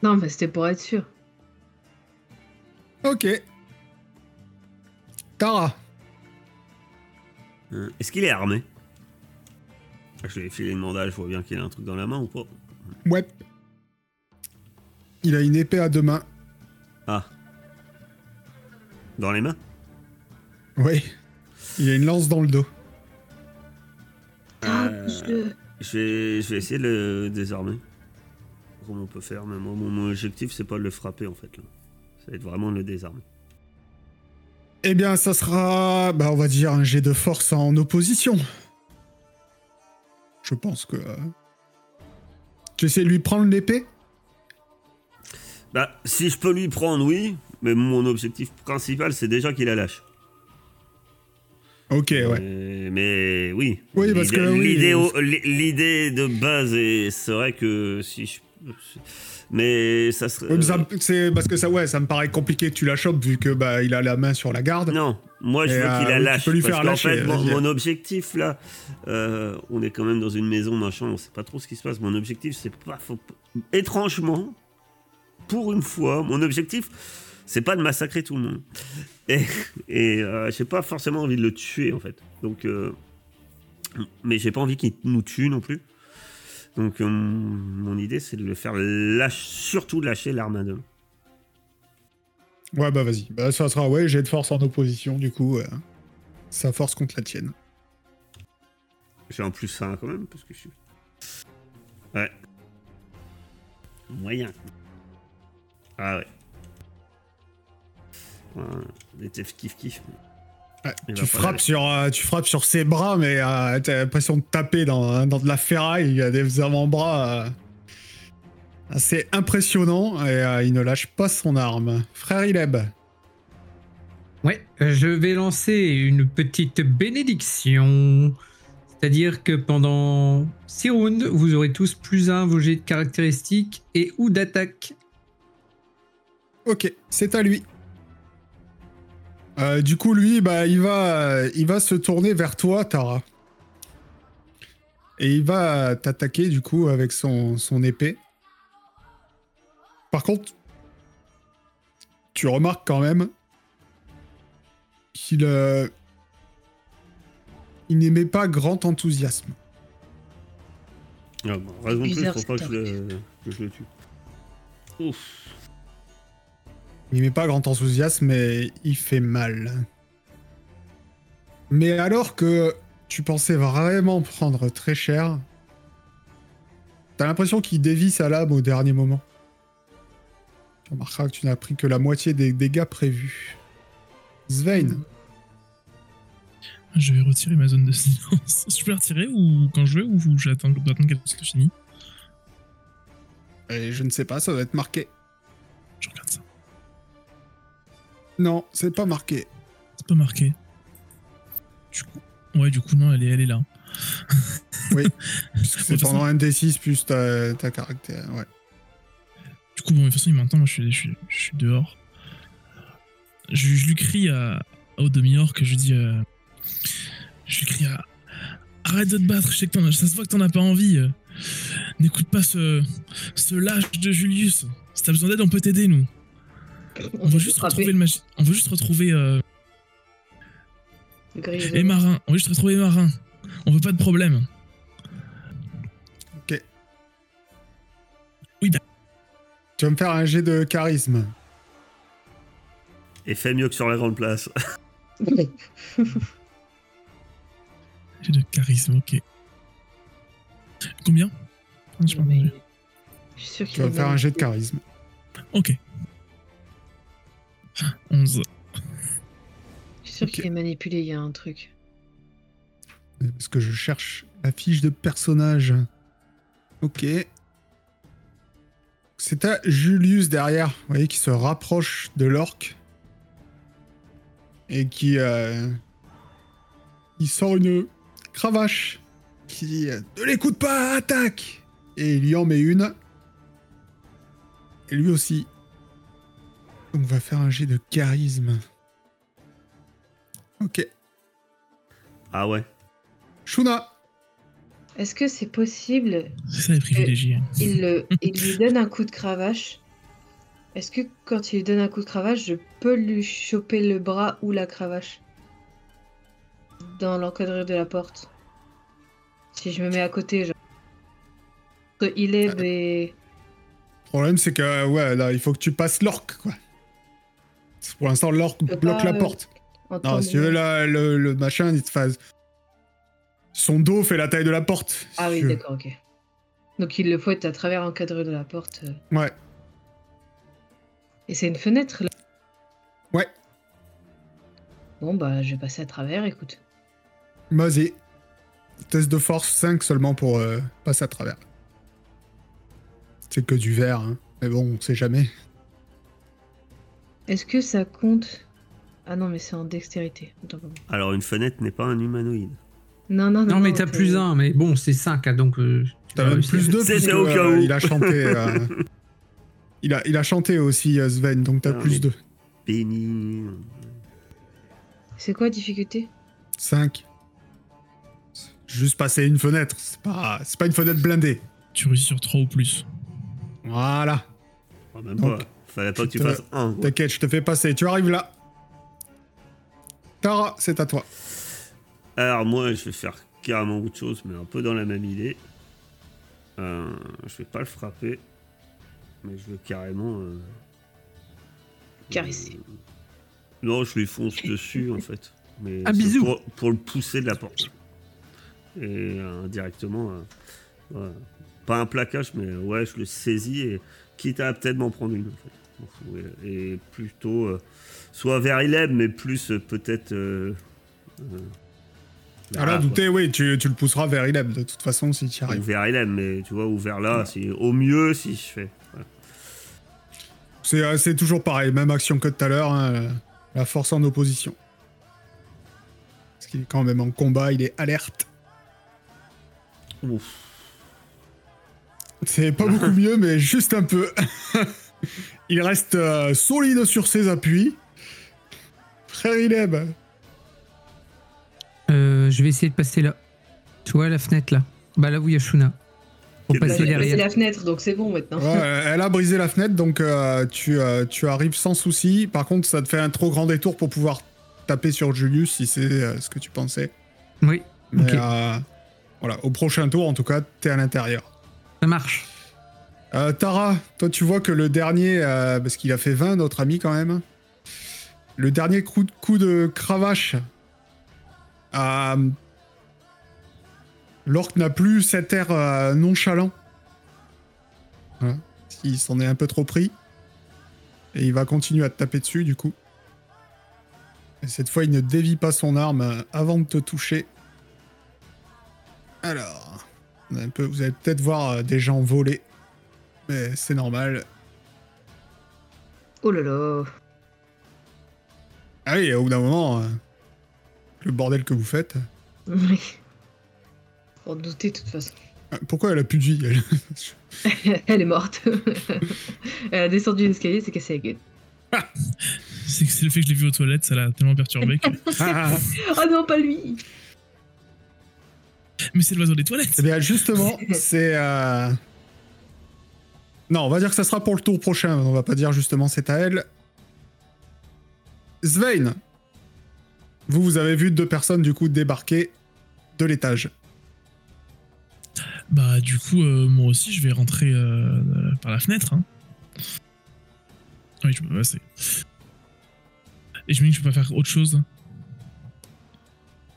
Speaker 3: Non, mais c'était pour être sûr.
Speaker 1: Ok. Tara.
Speaker 4: Euh, Est-ce qu'il est armé Ah, Je lui ai filé une mandale, je vois bien qu'il a un truc dans la main ou pas.
Speaker 1: Ouais. Il a une épée à deux mains.
Speaker 4: Ah. Dans les mains
Speaker 1: Oui. Il a une lance dans le dos.
Speaker 3: Ah,
Speaker 4: Euh,
Speaker 3: je-
Speaker 4: je, vais, je vais essayer de le désarmer. Comme on peut faire, mais moi mon mon objectif c'est pas de le frapper en fait là. Ça va être vraiment de le désarmer.
Speaker 1: Eh bien, ça sera, bah, on va dire, un jet de force en opposition. Je pense que. euh, Tu essaies de lui prendre l'épée
Speaker 4: Bah si je peux lui prendre oui, mais mon objectif principal c'est déjà qu'il la lâche.
Speaker 1: Ok, ouais.
Speaker 4: Euh, mais oui.
Speaker 1: Oui, parce que
Speaker 4: L'idée-
Speaker 1: là, oui, euh,
Speaker 4: l'idée au- l'i- L'idée de base, est- c'est vrai que si je. Mais ça serait.
Speaker 1: Oui, mais ça me- C'est parce que ça, ouais, ça me paraît compliqué que tu la chopes vu que bah il a la main sur la garde.
Speaker 4: Non, moi je
Speaker 1: Et,
Speaker 4: veux
Speaker 1: euh,
Speaker 4: qu'il la
Speaker 1: oui, tu
Speaker 4: lâche.
Speaker 1: peux lui
Speaker 4: parce
Speaker 1: faire
Speaker 4: qu'en
Speaker 1: lâcher,
Speaker 4: fait, mon,
Speaker 1: vas-y.
Speaker 4: mon objectif là, euh, on est quand même dans une maison, machin, on sait pas trop ce qui se passe. Mon objectif, c'est pas. faut pas- étrangement, pour une fois, mon objectif, c'est pas de massacrer tout le monde. Et, et euh, j'ai pas forcément envie de le tuer en fait. Donc. euh, mais j'ai pas envie qu'il nous tue non plus. Donc, euh, mon idée, c'est de le faire lâcher, surtout de lâcher l'arme à deux. mains.
Speaker 1: Ouais, bah vas-y. Bah, ça sera, ouais, jet de force en opposition, du coup. euh, Sa force contre la tienne.
Speaker 4: J'ai un plus 1 quand même, parce que je suis. Ouais. Moyen. Ah ouais. Ouais, des tef kiff kiff.
Speaker 1: Ouais,
Speaker 4: Il
Speaker 1: tu,
Speaker 4: va pas
Speaker 1: frappes
Speaker 4: aller.
Speaker 1: sur, euh, tu frappes sur ses bras, mais euh, t'as l'impression de taper dans, dans de la ferraille. Il a des avant-bras euh, assez impressionnants et euh, il ne lâche pas son arme. Frère Ileb,
Speaker 5: Ouais, euh, je vais lancer une petite bénédiction. C'est-à-dire que pendant 6 rounds, vous aurez tous plus un vos jets de caractéristiques et ou d'attaque.
Speaker 1: ok, c'est à lui. Euh, du coup, lui, bah, il, va, euh, il va se tourner vers toi, Tara. Et il va euh, t'attaquer, du coup, avec son, son épée. Par contre, tu remarques quand même qu'il euh, il n'émet pas grand enthousiasme.
Speaker 4: Ah, bah, raison de plus
Speaker 3: Bizarre,
Speaker 4: pour pas que
Speaker 3: c'est
Speaker 4: je, le, que je le tue. Ouf.
Speaker 1: Il met pas grand enthousiasme, mais il fait mal. Mais alors que tu pensais vraiment prendre très cher, t'as l'impression qu'il dévie sa lame au dernier moment. Tu remarqueras que tu n'as pris que la moitié des dégâts prévus. Svein,
Speaker 2: Je vais retirer ma zone de silence. Je peux la retirer ou quand je veux ou j'attends je dois attendre qu'elle soit finie
Speaker 1: et je ne sais pas, ça doit être marqué.
Speaker 2: Je regarde ça.
Speaker 1: Non, c'est pas marqué.
Speaker 2: C'est pas marqué. Du coup, ouais, du coup, non, elle est, elle est là.
Speaker 1: Puisque
Speaker 2: De
Speaker 1: c'est
Speaker 2: toute façon-
Speaker 1: pendant un D6 plus ta, ta caractère. Ouais.
Speaker 2: Du coup, bon, de toute façon, il m'entend, moi je suis, je, suis- je suis dehors. Je, je lui crie à, au demi-orc, je lui dis. euh, je lui crie à. Arrête de te battre, je sais que t'en as- ça se voit que t'en as pas envie. euh. N'écoute pas ce, ce lâche de Julius. Si t'as besoin d'aide, on peut t'aider, nous. On, veut juste retrouver le magi- On veut juste retrouver. euh, Et marin, on veut juste retrouver marin. On veut pas de problème.
Speaker 1: Ok.
Speaker 2: Oui, bah-
Speaker 1: Tu vas me faire un jet de charisme.
Speaker 4: Et fait mieux que sur la grande place.
Speaker 2: J'ai de charisme, ok. Combien Pardon, j'ai pas entendu.
Speaker 3: Je suis sûr qu'il
Speaker 1: Tu vas me
Speaker 3: va
Speaker 1: faire un
Speaker 3: bien.
Speaker 1: jet de charisme.
Speaker 2: Ok. 11.
Speaker 3: Je suis sûr
Speaker 1: Ok.
Speaker 3: qu'il est manipulé, il y a un truc.
Speaker 1: Parce que je cherche la fiche de personnage. Ok. C'est à Julius derrière, vous voyez, qui se rapproche de l'orque. Et qui. euh, il sort une cravache. Qui dit euh, Ne l'écoute pas, attaque Et il lui en met une. Et lui aussi. On va faire un jet de charisme. Ok.
Speaker 4: Ah ouais.
Speaker 1: Shuna
Speaker 3: Est-ce que c'est possible
Speaker 2: C'est ça les privilégiés. hein.
Speaker 3: il, le- il lui donne un coup de cravache. Est-ce que quand il lui donne un coup de cravache, je peux lui choper le bras ou la cravache dans l'encadrure de la porte Si je me mets à côté, genre. Entre
Speaker 1: Euh,
Speaker 3: Ileb et.
Speaker 1: problème, c'est que, euh, ouais, là, il faut que tu passes l'orque, quoi. C'est- Pour l'instant, l'orque
Speaker 3: peux
Speaker 1: bloque
Speaker 3: pas,
Speaker 1: la
Speaker 3: euh,
Speaker 1: porte.
Speaker 3: Antoine-
Speaker 1: Non, si tu veux, là, le, le machin, il te fasse- Son dos fait la taille de la porte. si
Speaker 3: Ah
Speaker 1: tu
Speaker 3: oui,
Speaker 1: veux.
Speaker 3: d'accord, ok. Donc il le faut être à travers l'encadrure de la porte. euh.
Speaker 1: Ouais.
Speaker 3: Et c'est une fenêtre, là
Speaker 1: Ouais.
Speaker 3: Bon, bah, je vais passer à travers, écoute.
Speaker 1: Vas-y. Test de force 5 seulement pour euh, passer à travers. C'est que du verre, hein. Mais bon, on sait jamais.
Speaker 3: Est-ce que ça compte Ah non, mais c'est en dextérité. Attends, pardon.
Speaker 4: Alors une fenêtre n'est pas un humanoïde.
Speaker 3: Non, non, euh, non.
Speaker 5: Non, mais t'as
Speaker 3: t'es-
Speaker 5: plus un, mais bon, c'est 5, donc. euh, tu
Speaker 4: Ah
Speaker 1: T'as
Speaker 5: vas
Speaker 1: même
Speaker 5: réussir.
Speaker 1: plus 2
Speaker 4: C'était
Speaker 1: parce que,
Speaker 4: au cas
Speaker 1: euh,
Speaker 4: où.
Speaker 1: il a chanté. euh, il, a, il a chanté aussi, euh, Sven, donc t'as
Speaker 4: Ah,
Speaker 1: plus
Speaker 4: mais-
Speaker 1: 2.
Speaker 4: Béni.
Speaker 3: C'est quoi la difficulté
Speaker 1: 5. Juste passer une fenêtre. C'est pas, c'est pas une fenêtre blindée.
Speaker 2: Tu réussis sur 3 ou plus.
Speaker 1: Voilà.
Speaker 4: Ah, même
Speaker 1: Donc,
Speaker 4: pas. Fallait pas que tu
Speaker 1: te-
Speaker 4: fasses un. quoi.
Speaker 1: T'inquiète, je te fais passer. Tu arrives là. Tara, c'est à toi.
Speaker 4: Alors moi, je vais faire carrément autre chose, mais un peu dans la même idée. Euh, je vais pas le frapper, mais je vais carrément. euh,
Speaker 3: Caresser.
Speaker 4: euh, Non, je lui fonce dessus en fait. Mais
Speaker 5: Un
Speaker 4: c'est
Speaker 5: bisou.
Speaker 4: Pour, pour le pousser de la porte. Et euh, indirectement, euh, voilà. pas un plaquage, mais euh, ouais, je le saisis et quitte à peut-être m'en prendre une. En fait. Je m'en fous. Et, et plutôt, euh, soit vers Ileb, mais plus euh, peut-être euh, Vers
Speaker 1: Alors,
Speaker 4: là,
Speaker 1: douter, oui, tu, tu le pousseras vers Ilem, de toute façon, si tu y
Speaker 4: quoi. Ou
Speaker 1: arrives.
Speaker 4: vers Hélène, mais tu vois, ou vers là, c'est au mieux si je fais. voilà.
Speaker 1: C'est euh, c'est toujours pareil, même action que tout à l'heure, hein, la- la force en opposition. Parce qu'il est quand même en combat, il est alerte.
Speaker 4: Ouf.
Speaker 1: C'est pas beaucoup mieux, mais juste un peu. il reste euh, solide sur ses appuis. Frère Ilem,
Speaker 5: Euh, je vais essayer de passer là. Tu vois la fenêtre là Bah là où il y a Shuna. Pour
Speaker 4: Bah,
Speaker 5: passer
Speaker 4: c'est-
Speaker 3: C'est
Speaker 5: derrière.
Speaker 3: la fenêtre, donc c'est bon maintenant.
Speaker 1: ouais, elle a brisé la fenêtre, donc euh, tu, euh, tu arrives sans souci. Par contre, ça te fait un trop grand détour pour pouvoir taper sur Julius, si c'est euh, ce que tu pensais.
Speaker 5: Oui,
Speaker 1: Mais
Speaker 5: Ok.
Speaker 1: euh, voilà, au prochain tour, en tout cas, t'es à l'intérieur.
Speaker 5: ça marche.
Speaker 1: Euh, Tara, toi tu vois que le dernier, euh, parce qu'il a fait 20 notre ami quand même, le dernier coup de, coup de cravache, euh, l'orque n'a plus cet air euh, nonchalant. Voilà. Il s'en est un peu trop pris. Et il va continuer à te taper dessus du coup. Et cette fois il ne dévie pas son arme euh, avant de te toucher. Alors, on a un peu, vous allez peut-être voir euh, des gens voler. Mais c'est normal.
Speaker 3: Oh là là.
Speaker 1: Ah oui, au bout d'un moment, euh, le bordel que vous faites.
Speaker 3: Oui. Pour douter de toute façon.
Speaker 1: Ah, Pourquoi elle a plus de vie elle
Speaker 3: Elle est morte. Elle a descendu l'escalier, c'est cassé la gueule.
Speaker 2: C'est que c'est le fait que je l'ai vu aux toilettes, ça l'a tellement perturbé. que-
Speaker 3: Oh non, pas lui
Speaker 2: Mais c'est l'oiseau des toilettes
Speaker 1: Eh bien, justement, c'est. euh, Non, on va dire que ça sera pour le tour prochain. On va pas dire justement c'est à elle. Svein Vous, vous avez vu deux personnes du coup débarquer de l'étage.
Speaker 2: Bah, du coup, euh, moi aussi, je vais rentrer euh, euh, par la fenêtre. Hein. Ah Oui, je peux passer. Et je me dis que je peux pas faire autre chose. hein.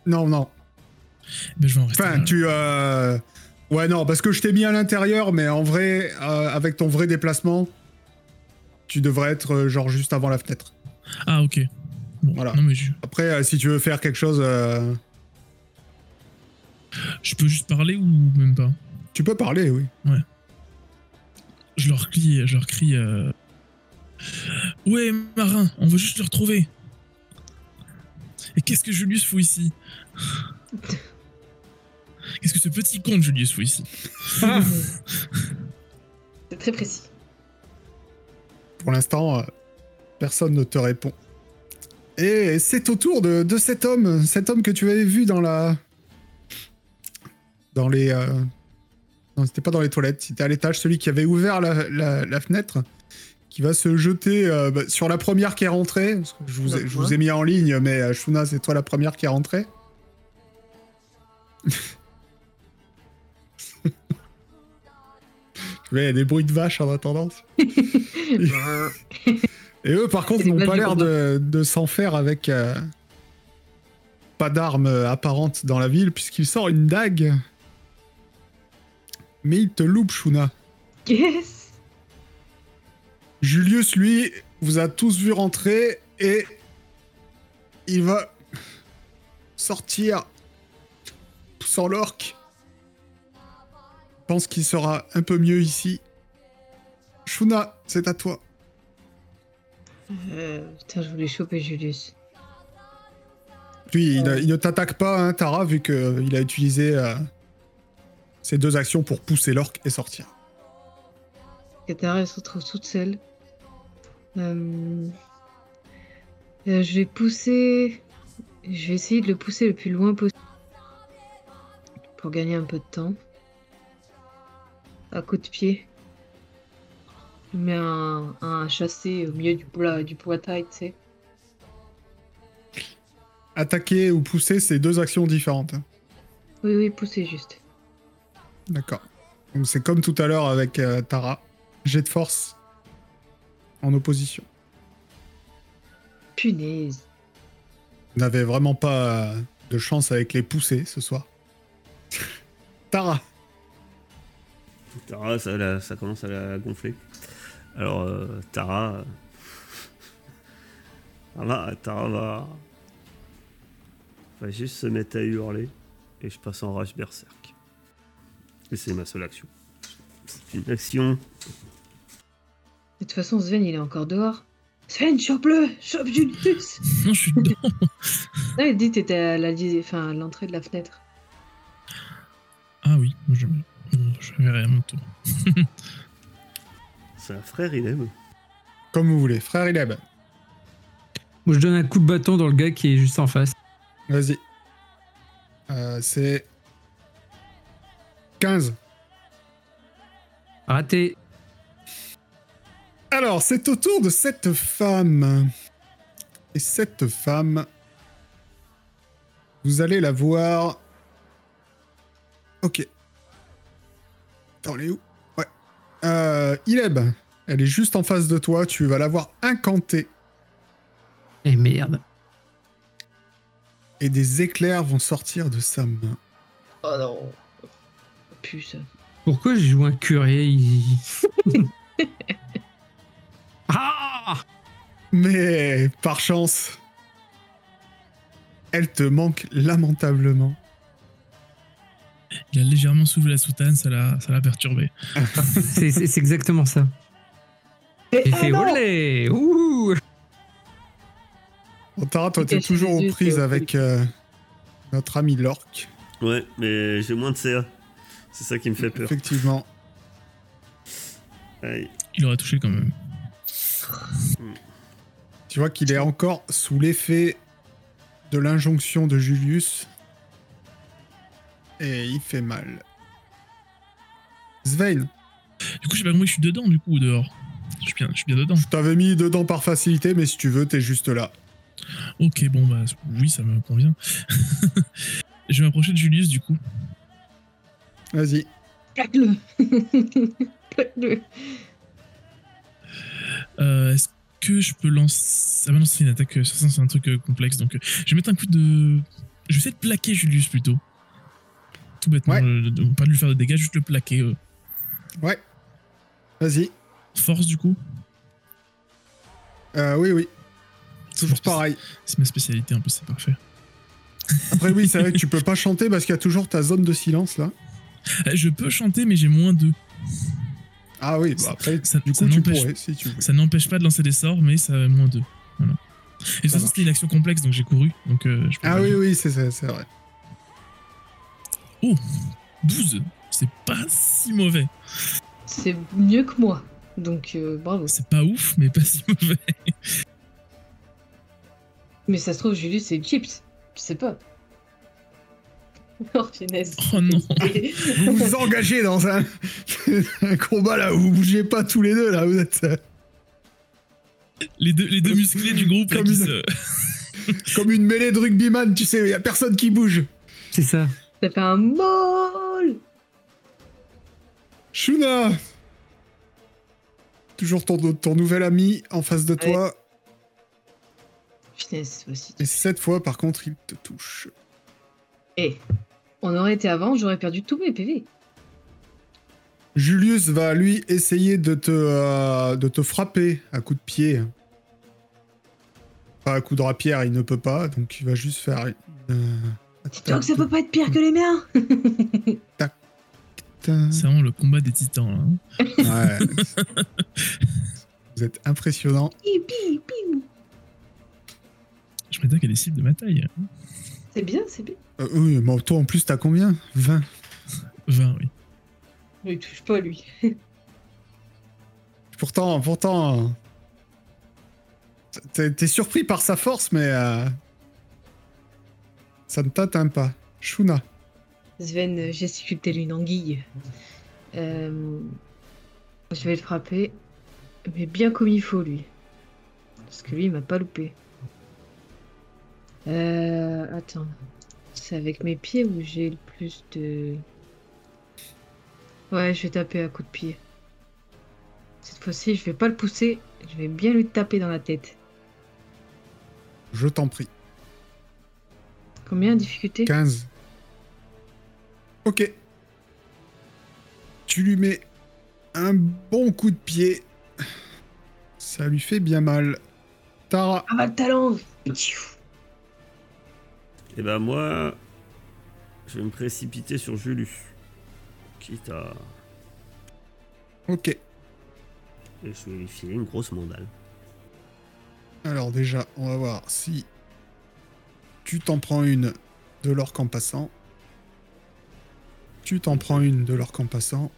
Speaker 1: Non, non.
Speaker 2: Ben, je vais en rester.
Speaker 1: Enfin,
Speaker 2: là.
Speaker 1: tu. euh, Ouais, non, parce que je t'ai mis à l'intérieur, mais en vrai, euh, avec ton vrai déplacement, tu devrais être euh, genre juste avant la fenêtre.
Speaker 2: Ah, ok. Bon,
Speaker 1: Voilà.
Speaker 2: Non, mais je,
Speaker 1: Après, euh, si tu veux faire quelque chose, euh,
Speaker 2: je peux juste parler ou même pas
Speaker 1: tu peux parler, oui.
Speaker 2: Je leur crie. Je leur crie euh, Ouais, marin, on veut juste le retrouver. Et qu'est-ce que Julius fout ici Qu'est-ce que ce petit con de Julius fout ici
Speaker 3: C'est très précis.
Speaker 1: Pour l'instant, euh, personne ne te répond. Et c'est au tour de, de cet homme, cet homme que tu avais vu dans la. Dans les. euh, Non, c'était pas dans les toilettes, c'était à l'étage, celui qui avait ouvert la, la- la fenêtre, qui va se jeter euh, bah, sur la première qui est rentrée. parce que Je vous, ai, je vous ai mis en ligne, mais euh, Shuna, c'est toi la première qui est rentrée. Mais il y a des bruits de vaches en attendant. Et eux, par contre,
Speaker 3: C'est
Speaker 1: n'ont
Speaker 3: les
Speaker 1: pas
Speaker 3: vaches du
Speaker 1: l'air de, de s'en faire avec euh, pas d'armes euh, apparentes dans la ville, puisqu'il sort une dague. Mais il te loupe, Shuna.
Speaker 3: Yes
Speaker 1: Julius, lui, vous a tous vu rentrer et il va sortir sans l'orque. Je pense qu'il sera un peu mieux ici. Shuna, c'est à toi.
Speaker 3: Euh, Putain, je voulais choper Julius.
Speaker 1: Lui, il, ne- il ne t'attaque pas, hein, Tara, vu qu'il a utilisé euh, ses deux actions pour pousser l'orque et sortir.
Speaker 3: Katara elle se retrouve toute seule. Euh, euh, je vais pousser. Je vais essayer de le pousser le plus loin possible. Pour gagner un peu de temps. À coup de pied. Je mets un, un chassé au milieu du, pla- du poitail, tu sais.
Speaker 1: Attaquer ou pousser, c'est deux actions différentes. hein.
Speaker 3: Oui, oui, pousser juste.
Speaker 1: D'accord. Donc c'est comme tout à l'heure avec euh, Tara. Jet de force en opposition.
Speaker 3: Punaise.
Speaker 1: Vous n'avez vraiment pas euh, de chance avec les poussées ce soir. Tara,
Speaker 4: Tara, ça, la- ça commence à la gonfler. Alors, euh, Tara. euh, Voilà, Tara va. va juste se mettre à hurler et je passe en rage berserk. Et c'est ma seule action. C'est une action.
Speaker 3: De toute façon, Sven, il est encore dehors. Sven, chope-le Chope Julius
Speaker 2: Non, je suis dedans.
Speaker 3: Non, il dit que t'étais à la li- enfin, à l'entrée de la fenêtre.
Speaker 2: Ah oui, moi, je, bon, je verrai à mon tour.
Speaker 4: C'est un frère, il aime.
Speaker 1: Comme vous voulez. Frère Ileb,
Speaker 5: Moi, je donne un coup de bâton dans le gars qui est juste en face.
Speaker 1: vas-y. Euh, c'est 15.
Speaker 5: Raté.
Speaker 1: Alors, c'est au tour de cette femme. Et cette femme, vous allez la voir. Ok. Attends, elle est où Ouais. Euh, Ileb, elle est juste en face de toi. Tu vas la voir incantée
Speaker 5: Et Eh, merde.
Speaker 1: et des éclairs vont sortir de sa main.
Speaker 3: Oh non Puce.
Speaker 5: Pourquoi j'ai joué un curé il- Ah
Speaker 1: Mais par chance, elle te manque lamentablement.
Speaker 2: Il a légèrement soulevé la soutane, ça l'a ça l'a perturbé.
Speaker 5: C'est c'est- c'est exactement ça.
Speaker 3: Mais,
Speaker 5: J'ai
Speaker 3: ah
Speaker 5: fait
Speaker 3: non
Speaker 5: olé Ouh
Speaker 1: Bon, Tara, toi,
Speaker 3: Tu
Speaker 1: t'es
Speaker 3: caches
Speaker 1: toujours
Speaker 3: les yeux,
Speaker 1: aux
Speaker 3: t'es
Speaker 1: prises
Speaker 3: au
Speaker 1: avec euh, notre ami Lorc.
Speaker 4: Ouais, mais j'ai moins de CA. C'est ça qui me fait peur.
Speaker 1: Effectivement.
Speaker 4: Aïe.
Speaker 2: Il aurait touché quand même.
Speaker 1: Tu vois qu'il est encore sous l'effet de l'injonction de Julius. Et il fait mal. Svein,
Speaker 2: Du coup, je sais pas comment je suis dedans, du coup, ou dehors. Je suis bien, je suis bien dedans.
Speaker 1: je t'avais mis dedans par facilité, mais si tu veux, t'es juste là.
Speaker 2: Ok, bon, bah oui, ça me convient. je vais m'approcher de Julius, du coup.
Speaker 1: Vas-y.
Speaker 3: Plaque-le Plaque-le
Speaker 2: Euh, Est-ce que je peux lancer. Ah, bah non, c'est une attaque. euh, Ça, c'est un truc euh, complexe. Donc, euh, je vais mettre un coup de. Je vais essayer de plaquer Julius plutôt. Tout bêtement.
Speaker 1: Ouais.
Speaker 2: euh, de- pas de lui faire de dégâts, juste le plaquer. euh.
Speaker 1: Ouais. Vas-y.
Speaker 2: Force, du coup.
Speaker 1: Euh, oui, oui. Toujours
Speaker 2: Force.
Speaker 1: pareil.
Speaker 2: C'est ma spécialité, en plus, c'est parfait.
Speaker 1: Après, oui, c'est vrai que tu peux pas chanter parce qu'il y a toujours ta zone de silence là.
Speaker 2: Euh, Je peux chanter, mais j'ai moins de.
Speaker 1: Ah oui, bah après,
Speaker 2: Ça-
Speaker 1: du
Speaker 2: ça
Speaker 1: coup, tu
Speaker 2: n'empêche-
Speaker 1: pourrais si tu veux.
Speaker 2: Ça n'empêche pas de lancer des sorts, mais ça a moins 2. Voilà. Et de toute façon,
Speaker 1: marche.
Speaker 2: c'était une action complexe, donc j'ai couru. Donc, euh, je peux
Speaker 1: Ah
Speaker 2: pas
Speaker 1: oui,
Speaker 2: dire.
Speaker 1: oui, c'est c'est- c'est vrai.
Speaker 2: 12. C'est pas si mauvais.
Speaker 3: C'est mieux que moi. Donc, euh, bravo.
Speaker 2: C'est pas ouf, mais pas si mauvais.
Speaker 3: Mais ça se trouve, Julius, c'est Chips. Je sais pas. Oh, finesse.
Speaker 2: Oh non.
Speaker 1: Vous vous engagez dans un, un combat là où vous bougez pas tous les deux là, vous êtes euh,
Speaker 2: Les deux, les deux musclés du groupe. là,
Speaker 1: Comme
Speaker 2: qui
Speaker 1: une-
Speaker 2: se-
Speaker 1: comme une mêlée de rugbyman, tu sais, il y a personne qui bouge.
Speaker 5: C'est ça.
Speaker 3: Ça fait un bol
Speaker 1: Shuna Toujours ton, ton nouvel ami en face de toi,
Speaker 3: Finesse aussi.
Speaker 1: et cette fois par contre il te touche.
Speaker 3: Eh, on aurait été avant, j'aurais perdu tous mes PV.
Speaker 1: Julius va lui essayer de te, euh, de te frapper à coup de pied. Pas à coup de rapière, il ne peut pas, donc il va juste faire une, euh,
Speaker 3: Dis-toi que ça peut pas être pire que les miens
Speaker 1: Putain.
Speaker 2: C'est vraiment le combat des titans. là, hein.
Speaker 1: Ouais. Vous êtes impressionnant.
Speaker 3: Hippie, hippie.
Speaker 2: Je m'attaque à des cibles de ma taille.
Speaker 3: C'est bien, c'est bien.
Speaker 1: Euh, oui, mais toi en plus, t'as combien 20.
Speaker 2: 20, oui.
Speaker 3: Ne lui touche pas, lui.
Speaker 1: Pourtant, pourtant. euh, T'es t'es surpris par sa force, mais. euh, ça ne t'atteint pas. Shuna.
Speaker 3: Sven euh, gesticule telle une anguille. Euh, je vais le frapper, mais bien comme il faut, lui. Parce que lui, il m'a pas loupé. Euh, attends. C'est avec mes pieds où j'ai le plus de. Ouais, je vais taper à coups de pied. Cette fois-ci, je vais pas le pousser, je vais bien lui taper dans la tête.
Speaker 1: Je t'en prie.
Speaker 3: Combien de difficulté
Speaker 1: 15. Ok. Tu lui mets un bon coup de pied. Ça lui fait bien mal. Tara.
Speaker 3: Ah, bah, le talent
Speaker 4: Et ben moi, je vais me précipiter sur Julus. Quitte à.
Speaker 1: Ok.
Speaker 4: Et je vais lui filer une grosse mandale.
Speaker 1: Alors déjà, on va voir si tu t'en prends une de l'orque en passant. Tu t'en prends une de l'orque en passant.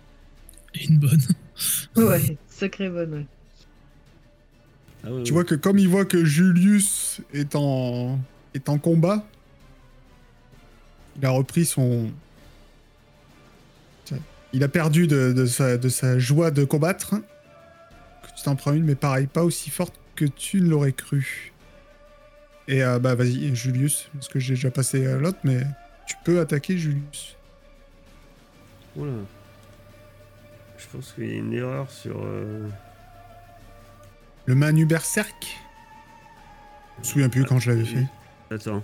Speaker 2: Et une bonne.
Speaker 3: Ouais, sacré bonne, ouais.
Speaker 4: Ah ouais,
Speaker 1: Tu
Speaker 4: ouais.
Speaker 1: vois que comme il voit que Julius est en, est en combat, il a repris son... Il a perdu de, de sa, de sa joie de combattre. hein, Que tu t'en prends une, mais pareil, pas aussi forte que tu ne l'aurais cru. Et euh, bah vas-y, Julius, parce que j'ai déjà passé euh, l'autre, mais tu peux attaquer Julius.
Speaker 4: Oula. Je pense qu'il y a une erreur sur. euh,
Speaker 1: Le Manu Berserk Je me souviens plus quand je l'avais fait.
Speaker 4: Attends.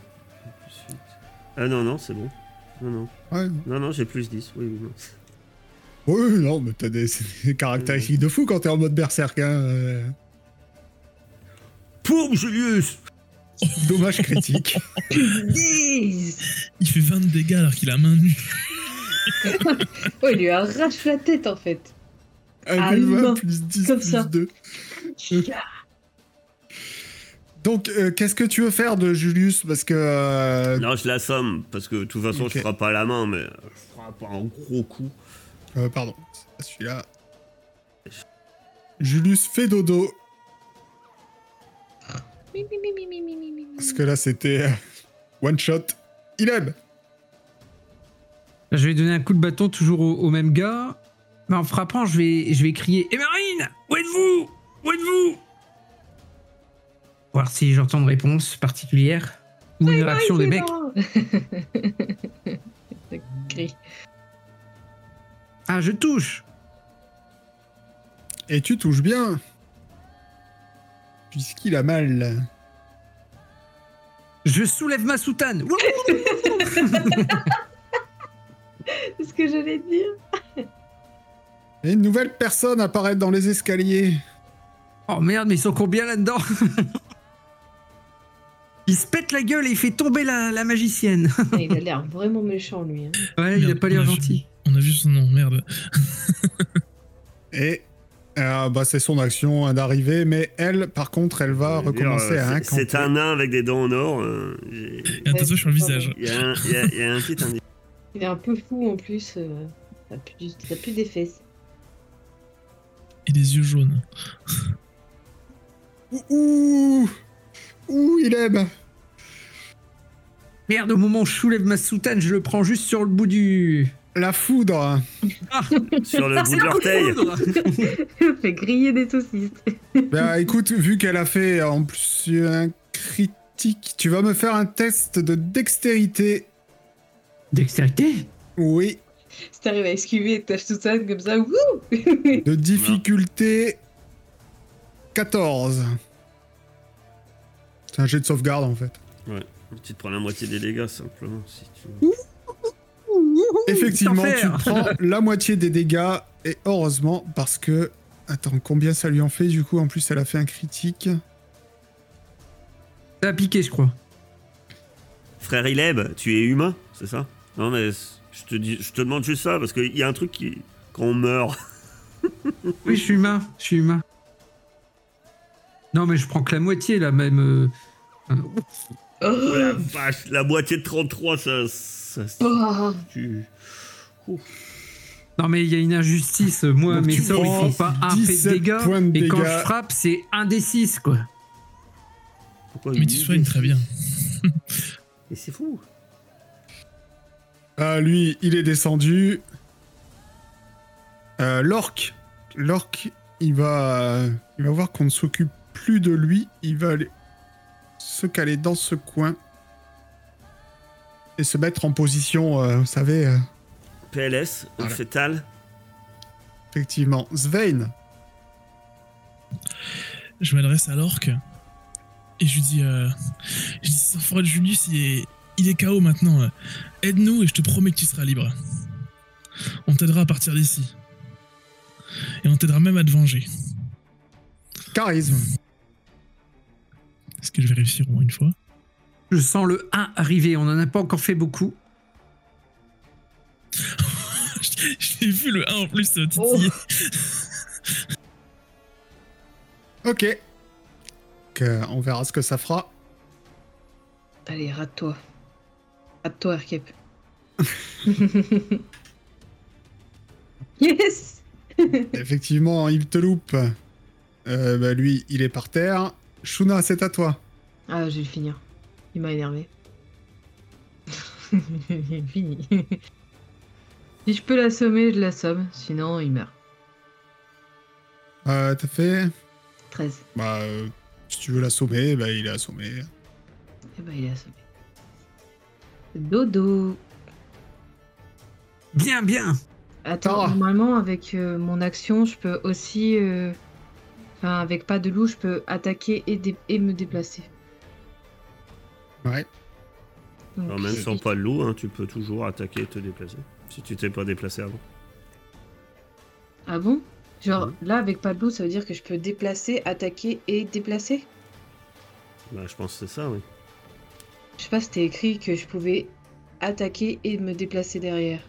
Speaker 4: Ah non, non, c'est bon. Non, non.
Speaker 1: Ouais,
Speaker 4: Non, non, j'ai plus 10. Oui, oui, non.
Speaker 1: Oui, non, mais t'as des, c'est des caractéristiques de fou quand t'es en mode berserk. Hein. euh,
Speaker 4: Poum, Julius
Speaker 1: Dommage critique.
Speaker 3: Yes
Speaker 2: Il fait 20 de dégâts alors qu'il a main nue.
Speaker 3: Oh, il lui arrache la tête en fait.
Speaker 1: Un des 20
Speaker 3: Ah, humain.
Speaker 1: plus 10
Speaker 3: Comme
Speaker 1: plus
Speaker 3: ça.
Speaker 1: 2. Donc, euh, qu'est-ce que tu veux faire de Julius Parce que. euh,
Speaker 4: Non, je l'assomme, parce que de toute façon,
Speaker 1: Ok.
Speaker 4: je ferai pas la main, mais euh, je ferai pas un gros coup.
Speaker 1: euh, pardon, c'est pas celui-là. Julius fait dodo.
Speaker 3: Mi, mi, mi, mi, mi, mi, mi, mi, mi.
Speaker 1: Parce que là, c'était. euh, one shot. Il aime
Speaker 5: Je vais donner un coup de bâton toujours au, au même gars. Mais en frappant, je vais, je vais crier Et Marine Où êtes-vous Où êtes-vous Voir si j'entends une réponse particulière ou une réaction des
Speaker 3: c'est hein.
Speaker 5: mecs.
Speaker 3: marrant. Gris.
Speaker 5: Ah, je touche
Speaker 1: Et tu touches bien. Puisqu'il a mal.
Speaker 5: Je soulève ma soutane Wouh
Speaker 3: C'est ce que j'allais dire.
Speaker 1: Et une nouvelle personne apparaît dans les escaliers.
Speaker 5: Oh merde, mais ils sont combien là-dedans Il se pète la gueule et il fait tomber la, la magicienne.
Speaker 3: Ah, Il a l'air vraiment méchant lui. hein.
Speaker 5: Ouais, il a
Speaker 2: Merde,
Speaker 5: pas l'air
Speaker 2: on vu-
Speaker 5: gentil.
Speaker 2: On a vu son nom, merde.
Speaker 1: Et euh, bah, c'est son action hein, d'arriver, mais elle, par contre, elle va
Speaker 4: Je veux dire,
Speaker 1: recommencer
Speaker 4: euh,
Speaker 1: à
Speaker 4: c'est- C'est
Speaker 1: incanter.
Speaker 4: un nain avec des dents en or. euh, j'ai-
Speaker 2: Il y a un tatouage sur le visage.
Speaker 4: Il y, a un- il y a- il y a un petit indice.
Speaker 3: Il est un peu fou en plus. euh, Ça pue, du- ça pue des fesses.
Speaker 2: Et des yeux jaunes.
Speaker 1: Ouh, ouh, ouh, il aime.
Speaker 5: Merde, au moment où je soulève ma soutane, je le prends juste sur le bout du.
Speaker 1: La foudre. hein.
Speaker 4: Sur le bout de Ah, l'orteil.
Speaker 3: Il fait griller des saucisses.
Speaker 1: bah écoute, vu qu'elle a fait euh, en plus un critique, tu vas me faire un test de dextérité.
Speaker 5: Dextérité
Speaker 1: Oui.
Speaker 3: Si t'arrives à esquiver et que t'as tout ça comme ça, wouh
Speaker 1: De difficulté 14. C'est un jet de sauvegarde en fait.
Speaker 4: Tu te prends la moitié des dégâts, simplement. Si tu...
Speaker 1: Effectivement, tu
Speaker 5: Enfer.
Speaker 1: prends la moitié des dégâts et heureusement parce que attends, combien ça lui en fait du coup En plus, elle a fait un critique.
Speaker 5: Ça a piqué, je crois.
Speaker 4: Frère Ileb, tu es humain, c'est ça Non, mais c- je te, dis, je te demande juste ça, parce qu'il y a un truc qui. Quand on meurt.
Speaker 5: Oui, je suis humain, je suis humain. Non, mais je prends que la moitié là, même. euh, euh,
Speaker 4: Oh la vache, la moitié de 33, ça. ça se
Speaker 3: Oh,
Speaker 4: tue.
Speaker 5: Non, mais il y a une injustice. Moi,
Speaker 1: Donc
Speaker 5: mes
Speaker 1: tu
Speaker 5: sorts, ils
Speaker 1: prends
Speaker 5: font pas un fait de
Speaker 1: 17
Speaker 5: dégâts.
Speaker 1: points de
Speaker 5: Et quand
Speaker 1: dégâts.
Speaker 5: je frappe, c'est un des six, quoi.
Speaker 4: Pourquoi
Speaker 2: Mais tu soignes très bien.
Speaker 4: Mais c'est fou.
Speaker 1: Ah, lui, il est descendu. Euh, L'orc. L'orc, il va, euh, il va voir qu'on ne s'occupe plus de lui. Il va aller se caler dans ce coin et se mettre en position, euh, vous savez, euh,
Speaker 4: PLS, un
Speaker 1: Voilà.
Speaker 4: fétal.
Speaker 1: effectivement. Svein,
Speaker 2: Je m'adresse à l'orque et je lui dis, euh, je dis sans froid Julius, il est, il est KO maintenant. euh, Aide-nous et je te promets que tu seras libre. On t'aidera à partir d'ici. Et on t'aidera même à te venger.
Speaker 1: charisme.
Speaker 2: Est-ce que je vérifie au moins une fois
Speaker 5: Je sens le 1 arriver, on n'en a pas encore fait beaucoup.
Speaker 2: J'ai vu le 1 en plus euh,
Speaker 3: Oh.
Speaker 2: titiller.
Speaker 1: Ok. Donc, euh, on verra ce que ça fera.
Speaker 3: Oh! Allez, rate-toi. Rate-toi, Erkep. yes
Speaker 1: Effectivement, hein, il te loupe. Euh, bah, lui, il est par terre. Shuna, c'est à toi.
Speaker 3: Ah, je vais le finir. Il m'a énervé. Fini. si je peux l'assommer, je l'assomme. Sinon, il meurt.
Speaker 1: Euh, T'as fait
Speaker 3: 13.
Speaker 1: Bah, euh, si tu veux l'assommer, bah, il est assommé.
Speaker 3: Eh ben, il est assommé. Dodo.
Speaker 5: Bien, bien.
Speaker 3: Attends,
Speaker 1: Tara.
Speaker 3: normalement, avec euh, mon action, je peux aussi. euh, Enfin, avec pas de loup, je peux attaquer et, dé- et me déplacer.
Speaker 1: Ouais.
Speaker 3: Donc, euh,
Speaker 4: Alors, même
Speaker 3: c'est-
Speaker 4: sans pas de loup, hein, tu peux toujours attaquer et te déplacer. Si tu t'es pas déplacé avant.
Speaker 3: Ah bon Genre,
Speaker 4: Mhm.
Speaker 3: là, avec pas de loup, ça veut dire que je peux déplacer, attaquer et déplacer
Speaker 4: Bah, je pense que c'est ça, oui.
Speaker 3: Je sais pas, c'était écrit que je pouvais attaquer et me déplacer derrière.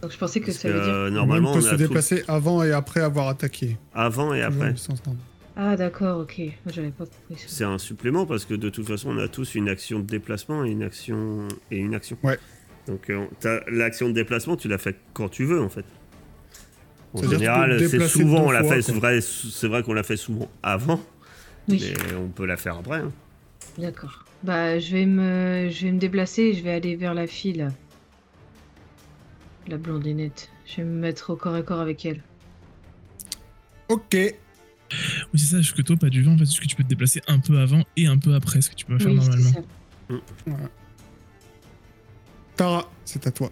Speaker 3: Donc je pensais que
Speaker 4: Parce
Speaker 3: ça veut dire.
Speaker 4: euh, normalement,
Speaker 1: on peut
Speaker 4: on
Speaker 1: se
Speaker 4: a tout
Speaker 1: déplacer avant et après avoir attaqué.
Speaker 4: avant et
Speaker 1: Toujours
Speaker 4: après.
Speaker 1: le sens normal.
Speaker 3: Ah d'accord, ok. Moi, J'avais pas compris ça.
Speaker 4: C'est un supplément parce que de toute façon, on a tous une action de déplacement et une action. Et une action.
Speaker 1: Ouais.
Speaker 4: Donc, euh, t'as- l'action de déplacement, tu la fais quand tu veux, en fait. En
Speaker 1: C'est-à-dire que tu peux
Speaker 4: général,
Speaker 1: te
Speaker 4: c'est
Speaker 1: déplacer
Speaker 4: souvent,
Speaker 1: deux
Speaker 4: on la
Speaker 1: fois,
Speaker 4: fait,
Speaker 1: quoi.
Speaker 4: c'est vrai, c'est vrai qu'on la fait souvent avant,
Speaker 3: Oui,
Speaker 4: mais on peut la faire après. hein.
Speaker 3: d'accord. Bah je vais me je vais me déplacer et je vais aller vers la fille là. La blondinette. Je vais me mettre au corps à corps avec elle.
Speaker 1: Ok.
Speaker 2: Oui, c'est ça, je que toi, pas du vent, en fait, ce que tu peux te déplacer un peu avant et un peu après, ce que tu peux faire
Speaker 3: Oui, c'est
Speaker 2: normalement.
Speaker 3: ça.
Speaker 1: Tara, c'est à toi.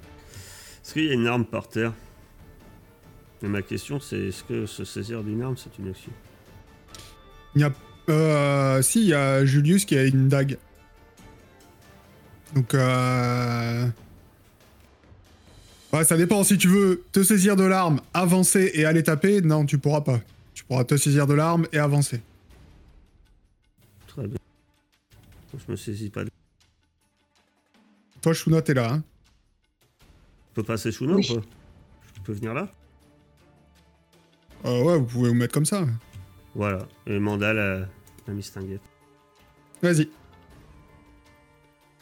Speaker 4: Est-ce qu'il y a une arme par terre Et ma question, c'est est-ce que se saisir d'une arme, c'est une action
Speaker 1: Il y a. Euh, si, il y a Julius qui a une dague. Donc. Euh... Ouais, ça dépend. Si tu veux te saisir de l'arme, avancer et aller taper, non, tu pourras pas. Tu pourras te saisir de l'arme et avancer.
Speaker 4: Très bien. Je me saisis pas. de-
Speaker 1: Toi, Shuna, t'es là. Hein.
Speaker 4: Je peux passer sous nous
Speaker 3: Oui.
Speaker 4: ou pas Je peux venir là
Speaker 1: Euh, ouais, vous pouvez vous mettre comme ça.
Speaker 4: Voilà. Et Mandal la, la mistinguette.
Speaker 1: Vas-y.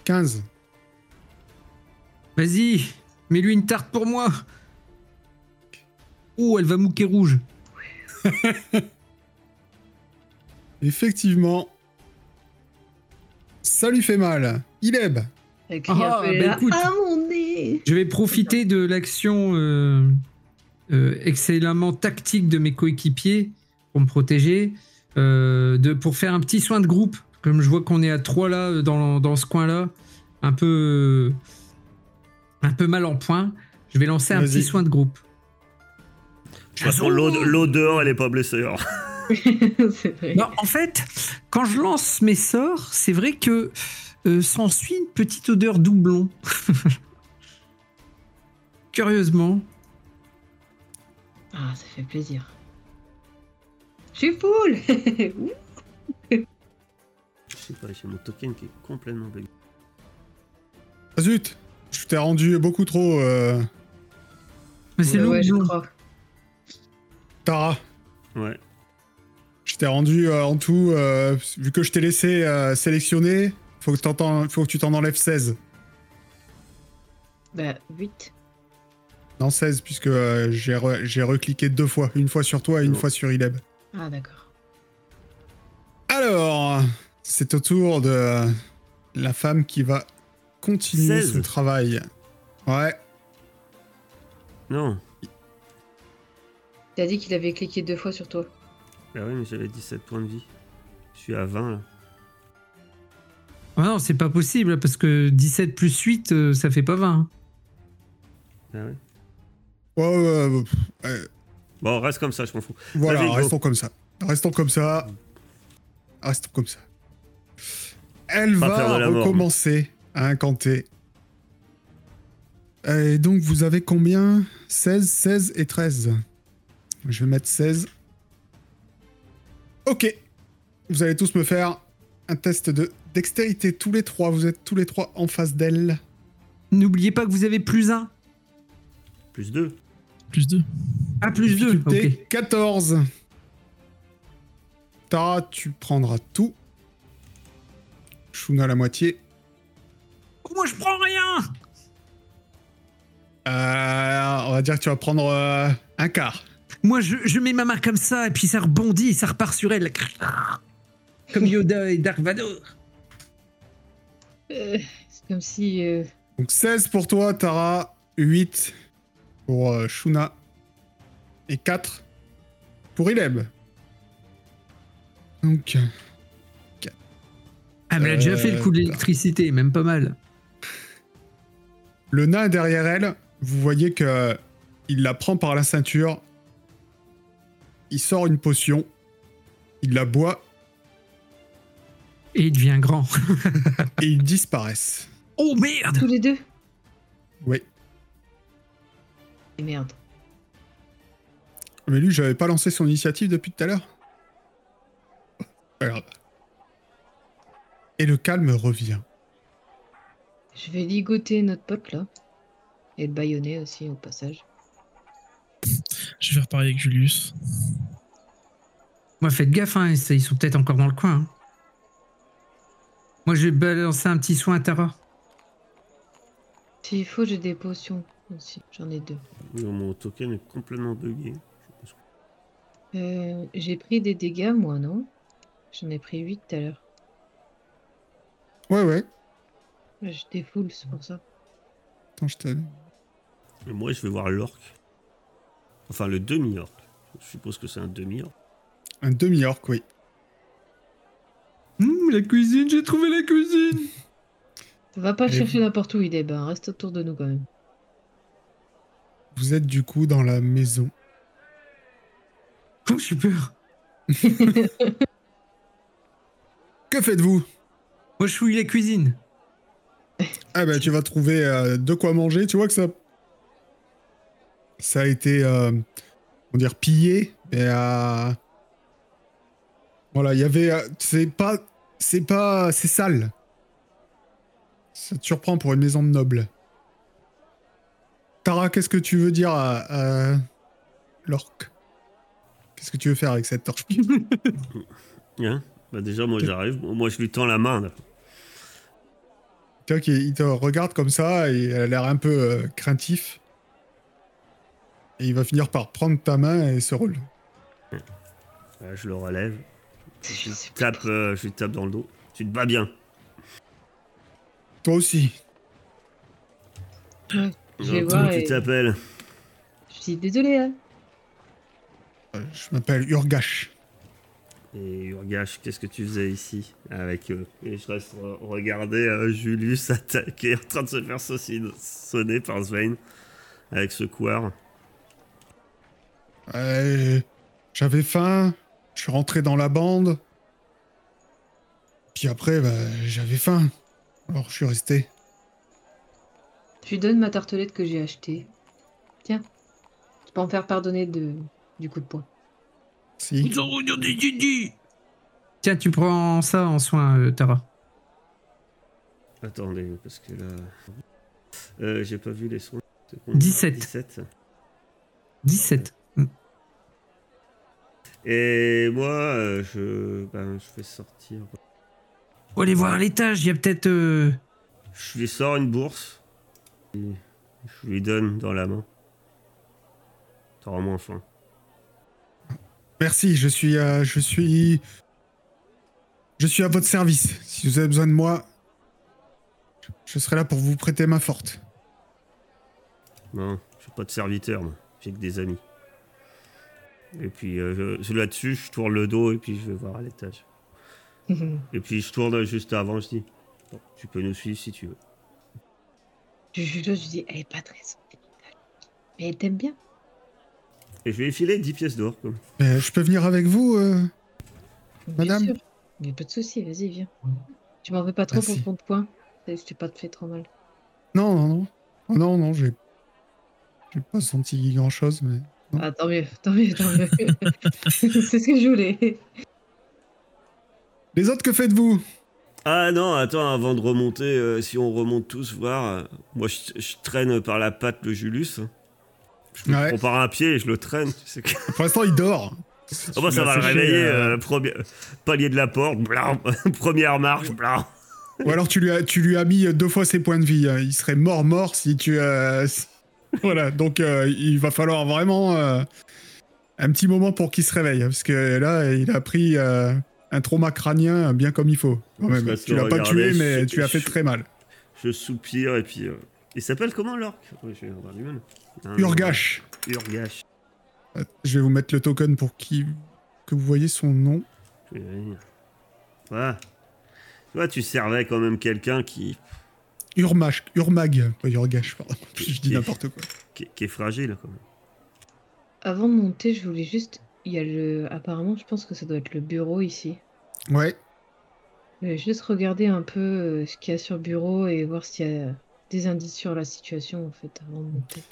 Speaker 1: 15.
Speaker 5: Vas-y, mets-lui une tarte pour moi. Oh, elle va mouquer rouge.
Speaker 1: Effectivement. Ça lui fait mal. Ileb.
Speaker 3: Elle crie un
Speaker 5: Ah,
Speaker 3: peu,
Speaker 5: bah,
Speaker 3: elle est là,
Speaker 5: écoute.
Speaker 3: Ah mon nez
Speaker 5: Je vais profiter de l'action euh, euh, excellemment tactique de mes coéquipiers pour me protéger, euh, de, pour faire un petit soin de groupe. Comme je vois qu'on est à trois là, euh, dans, dans ce coin-là, un peu, un peu mal en point, je vais lancer un
Speaker 1: Vas-y.
Speaker 5: petit soin de groupe.
Speaker 4: De toute façon, l'eau l'eau dehors, elle est pas blessée. alors.
Speaker 3: C'est vrai.
Speaker 5: Non, en fait, quand je lance mes sorts, c'est vrai que euh, s'ensuit une petite odeur doublon. Curieusement.
Speaker 3: Ah, ça fait plaisir. Je suis full Ouh.
Speaker 4: Je sais pas, j'ai mon token qui est complètement bugué.
Speaker 1: Ah, Zut. Je t'ai rendu beaucoup trop, euh,
Speaker 5: Mais
Speaker 4: Ouais,
Speaker 5: c'est le
Speaker 3: Euh, Ouais, je crois.
Speaker 1: Tara.
Speaker 4: Ouais.
Speaker 1: Je t'ai rendu euh, en tout, euh, vu que je t'ai laissé euh, sélectionner, faut que, t'entends- faut que tu t'en enlèves 16.
Speaker 3: Bah, 8.
Speaker 1: Non, 16, puisque euh, j'ai, re- j'ai recliqué deux fois. Une fois sur toi et une
Speaker 4: Oh.
Speaker 1: fois sur Ileb.
Speaker 3: Ah, d'accord.
Speaker 1: Alors, c'est au tour de euh, la femme qui va continuer
Speaker 4: 16.
Speaker 1: son travail. Ouais.
Speaker 4: Non.
Speaker 3: T'as dit qu'il avait cliqué deux fois sur toi.
Speaker 4: Bah oui, mais j'avais 17 points de vie. Je suis à 20 là.
Speaker 5: Ah non, c'est pas possible, parce que 17 plus 8, euh, ça fait pas 20.
Speaker 4: Bah ouais.
Speaker 1: Ouais, ouais, euh, ouais,
Speaker 4: Bon, reste comme ça, je m'en fous.
Speaker 1: Voilà,
Speaker 4: Vas-y, go.
Speaker 1: restons comme ça. Restons comme ça. Restons comme ça. Elle
Speaker 4: Pas peur de
Speaker 1: va
Speaker 4: la mort,
Speaker 1: recommencer à incanter. Et donc, vous avez combien 16, 16 et 13. Je vais mettre 16. Ok. Vous allez tous me faire un test de Dextérité, tous les trois, vous êtes tous les trois en face d'elle.
Speaker 5: N'oubliez pas que vous avez plus un.
Speaker 4: Plus 2.
Speaker 2: Plus 2.
Speaker 5: Ah, plus deux. Ok.
Speaker 1: Difficulté 14. Tara, tu prendras tout. Shuna la moitié.
Speaker 5: Moi, je prends rien.
Speaker 1: Euh, on va dire que tu vas prendre euh, un quart.
Speaker 5: Moi, je, je mets ma main comme ça et puis ça rebondit, ça repart sur elle. Comme Yoda et Dark Vador.
Speaker 3: Euh, c'est comme si. euh,
Speaker 1: Donc 16 pour toi, Tara, 8 pour euh, Shuna et 4 pour Ileb. Donc,
Speaker 5: Ah, mais elle a déjà fait le coup de
Speaker 1: Euh,
Speaker 5: l'électricité, même pas mal.
Speaker 1: le nain est derrière elle, vous voyez que euh, il la prend par la ceinture, il sort une potion, il la boit
Speaker 5: Et il devient grand.
Speaker 1: et ils disparaissent.
Speaker 5: Oh merde
Speaker 3: Tous les deux
Speaker 1: Oui.
Speaker 3: Et merde.
Speaker 1: Mais lui, j'avais pas lancé son initiative depuis tout à l'heure. Regarde. Et le calme revient.
Speaker 3: Je vais ligoter notre pote là. Et le baïonner aussi au passage.
Speaker 2: Je vais faire pareil avec Julius.
Speaker 5: Moi, faites gaffe, hein, ils sont peut-être encore dans le coin. hein. Moi, je vais balancer un petit soin à Tara.
Speaker 3: S'il faut, j'ai des potions aussi. J'en ai deux.
Speaker 4: Mon token est complètement bugué.
Speaker 3: Euh, j'ai pris des dégâts, moi, non J'en ai pris 8 tout à l'heure.
Speaker 1: Ouais, ouais.
Speaker 3: Je défoule, c'est pour ça.
Speaker 1: Attends, je t'aide.
Speaker 4: Et moi, je vais voir l'orc. Enfin, le demi-orc. Je suppose que c'est un demi-orc.
Speaker 1: Un demi-orc, oui.
Speaker 5: Hum, la cuisine, j'ai trouvé la cuisine
Speaker 3: Va pas le
Speaker 1: Et
Speaker 3: chercher n'importe où, il est. Ben, reste autour de nous quand même.
Speaker 1: Vous êtes du coup dans la maison.
Speaker 5: Oh, j'ai peur.
Speaker 1: Que faites-vous
Speaker 5: Moi, je fouille la cuisine.
Speaker 1: Ah bah tu vas trouver euh, de quoi manger. Tu vois que ça, ça a été, euh, on dire pillé. Et euh, voilà, il y avait, euh, c'est pas, c'est pas, c'est sale. Ça te surprend pour une maison de noble. Tara, qu'est-ce que tu veux dire à, à l'orque Qu'est-ce que tu veux faire avec cette torche
Speaker 4: Hein bah déjà, moi, j'arrive. Moi, je lui tends la main. là.
Speaker 1: Tu vois qu'il il te regarde comme ça et elle a l'air un peu euh, craintif. Et il va finir par prendre ta main et se roule.
Speaker 4: Voilà, je le relève.
Speaker 3: Je sais pas.
Speaker 4: Tape, euh, je lui tape dans le dos. Tu te bats bien.
Speaker 1: Toi aussi.
Speaker 3: Je vais
Speaker 4: J'entends
Speaker 3: voir
Speaker 4: que
Speaker 3: et
Speaker 4: tu t'appelles.
Speaker 3: je dis désolé. Hein.
Speaker 1: Euh, Je m'appelle Urgash.
Speaker 4: Et Urgash, qu'est-ce que tu faisais ici avec eux Et je reste euh, regarder euh, Julius attaquer, en train de se faire saucine- sonner par Svein avec ce couard.
Speaker 1: Euh, J'avais faim. Je suis rentré dans la bande. Puis après, bah, j'avais faim. Alors je suis resté.
Speaker 3: Je lui donne ma tartelette que j'ai achetée. Tiens, tu peux en faire pardonner de... du coup de poing.
Speaker 1: Si.
Speaker 5: Tiens, tu prends ça en soin, euh, Tara.
Speaker 4: Attendez, parce que là. Euh, J'ai pas vu les sons. C'est combien
Speaker 5: 17.
Speaker 4: 17.
Speaker 5: 17.
Speaker 4: Et moi, euh, je, ben, je vais sortir.
Speaker 5: Oh, allez voir à l'étage, il y a peut-être... euh,
Speaker 4: Je lui sors une bourse. Et je lui donne dans la main. T'auras moins faim.
Speaker 1: Merci, je suis, euh, je suis, je suis à votre service. Si vous avez besoin de moi, je- je serai là pour vous prêter main forte.
Speaker 4: Non, j'ai pas de serviteur, moi. J'ai que des amis. Et puis, euh, je- je- là-dessus, je tourne le dos et puis je vais voir à l'étage.
Speaker 3: je
Speaker 4: Et puis, je tourne juste avant, je dis Bon, Tu peux nous suivre si tu veux.
Speaker 3: lui donne, je lui dis, elle est pas très gentille. Mais elle t'aime bien.
Speaker 4: Et je vais filer 10 pièces d'or. comme.
Speaker 1: Mais je peux venir avec vous euh
Speaker 3: Bien
Speaker 1: Madame.
Speaker 3: sûr. Il n'y a pas de souci, vas-y, viens. Tu m'en veux pas trop
Speaker 1: Merci.
Speaker 3: pour ton point. Eh, Je t'ai pas fait trop mal.
Speaker 1: Non, non, non. Oh, non, non, j'ai. J'ai pas senti grand chose, mais. Non.
Speaker 3: Ah, tant mieux, tant mieux, tant mieux. C'est ce que je voulais.
Speaker 1: Les autres, que faites-vous
Speaker 4: Ah non, attends, avant de remonter, euh, si on remonte tous, voir. euh, moi, je, je traîne par la patte le Julus. hein. Je me
Speaker 1: Ouais.
Speaker 4: prends par un pied et je le traîne. tu sais que-
Speaker 1: Pour l'instant, il dort.
Speaker 4: Oh, bah,
Speaker 1: Tu
Speaker 4: ça
Speaker 1: l'as
Speaker 4: va le
Speaker 1: séché,
Speaker 4: réveiller.
Speaker 1: euh,
Speaker 4: euh, premier... Palier de la porte, blam, première marche, blam. euh.
Speaker 1: Ou alors tu lui, as, tu lui as mis deux fois ses points de vie. hein. Il serait mort mort si tu... euh, si- voilà, donc euh, il va falloir vraiment euh, un petit moment pour qu'il se réveille. hein, Parce que là, il a pris euh, un trauma crânien bien comme il faut. quand même.
Speaker 4: Parce que
Speaker 1: Tu l'as pas
Speaker 4: regardez,
Speaker 1: tué, mais
Speaker 4: je-
Speaker 1: tu l'as fait
Speaker 4: je-
Speaker 1: très mal.
Speaker 4: Je soupire et puis. euh, Il s'appelle comment l'orc Ouais, Je vais le voir lui-même. Un-
Speaker 1: Urgash.
Speaker 4: Urgash.
Speaker 1: Je vais vous mettre le token pour qui... que vous voyez son nom.
Speaker 4: Je vais y venir. Voilà. Toi, tu servais quand même quelqu'un qui,
Speaker 1: Urmash, Urmag. Pas Urgash, pardon. Je dis
Speaker 4: Ok.
Speaker 1: n'importe quoi.
Speaker 4: qui, qui est fragile quand même.
Speaker 3: Avant de monter, je voulais juste. Il y a le. Apparemment, je pense que ça doit être le bureau ici.
Speaker 1: Ouais.
Speaker 3: Je vais juste regarder un peu euh, ce qu'il y a sur le bureau et voir s'il y a des indices sur la situation en fait avant de monter.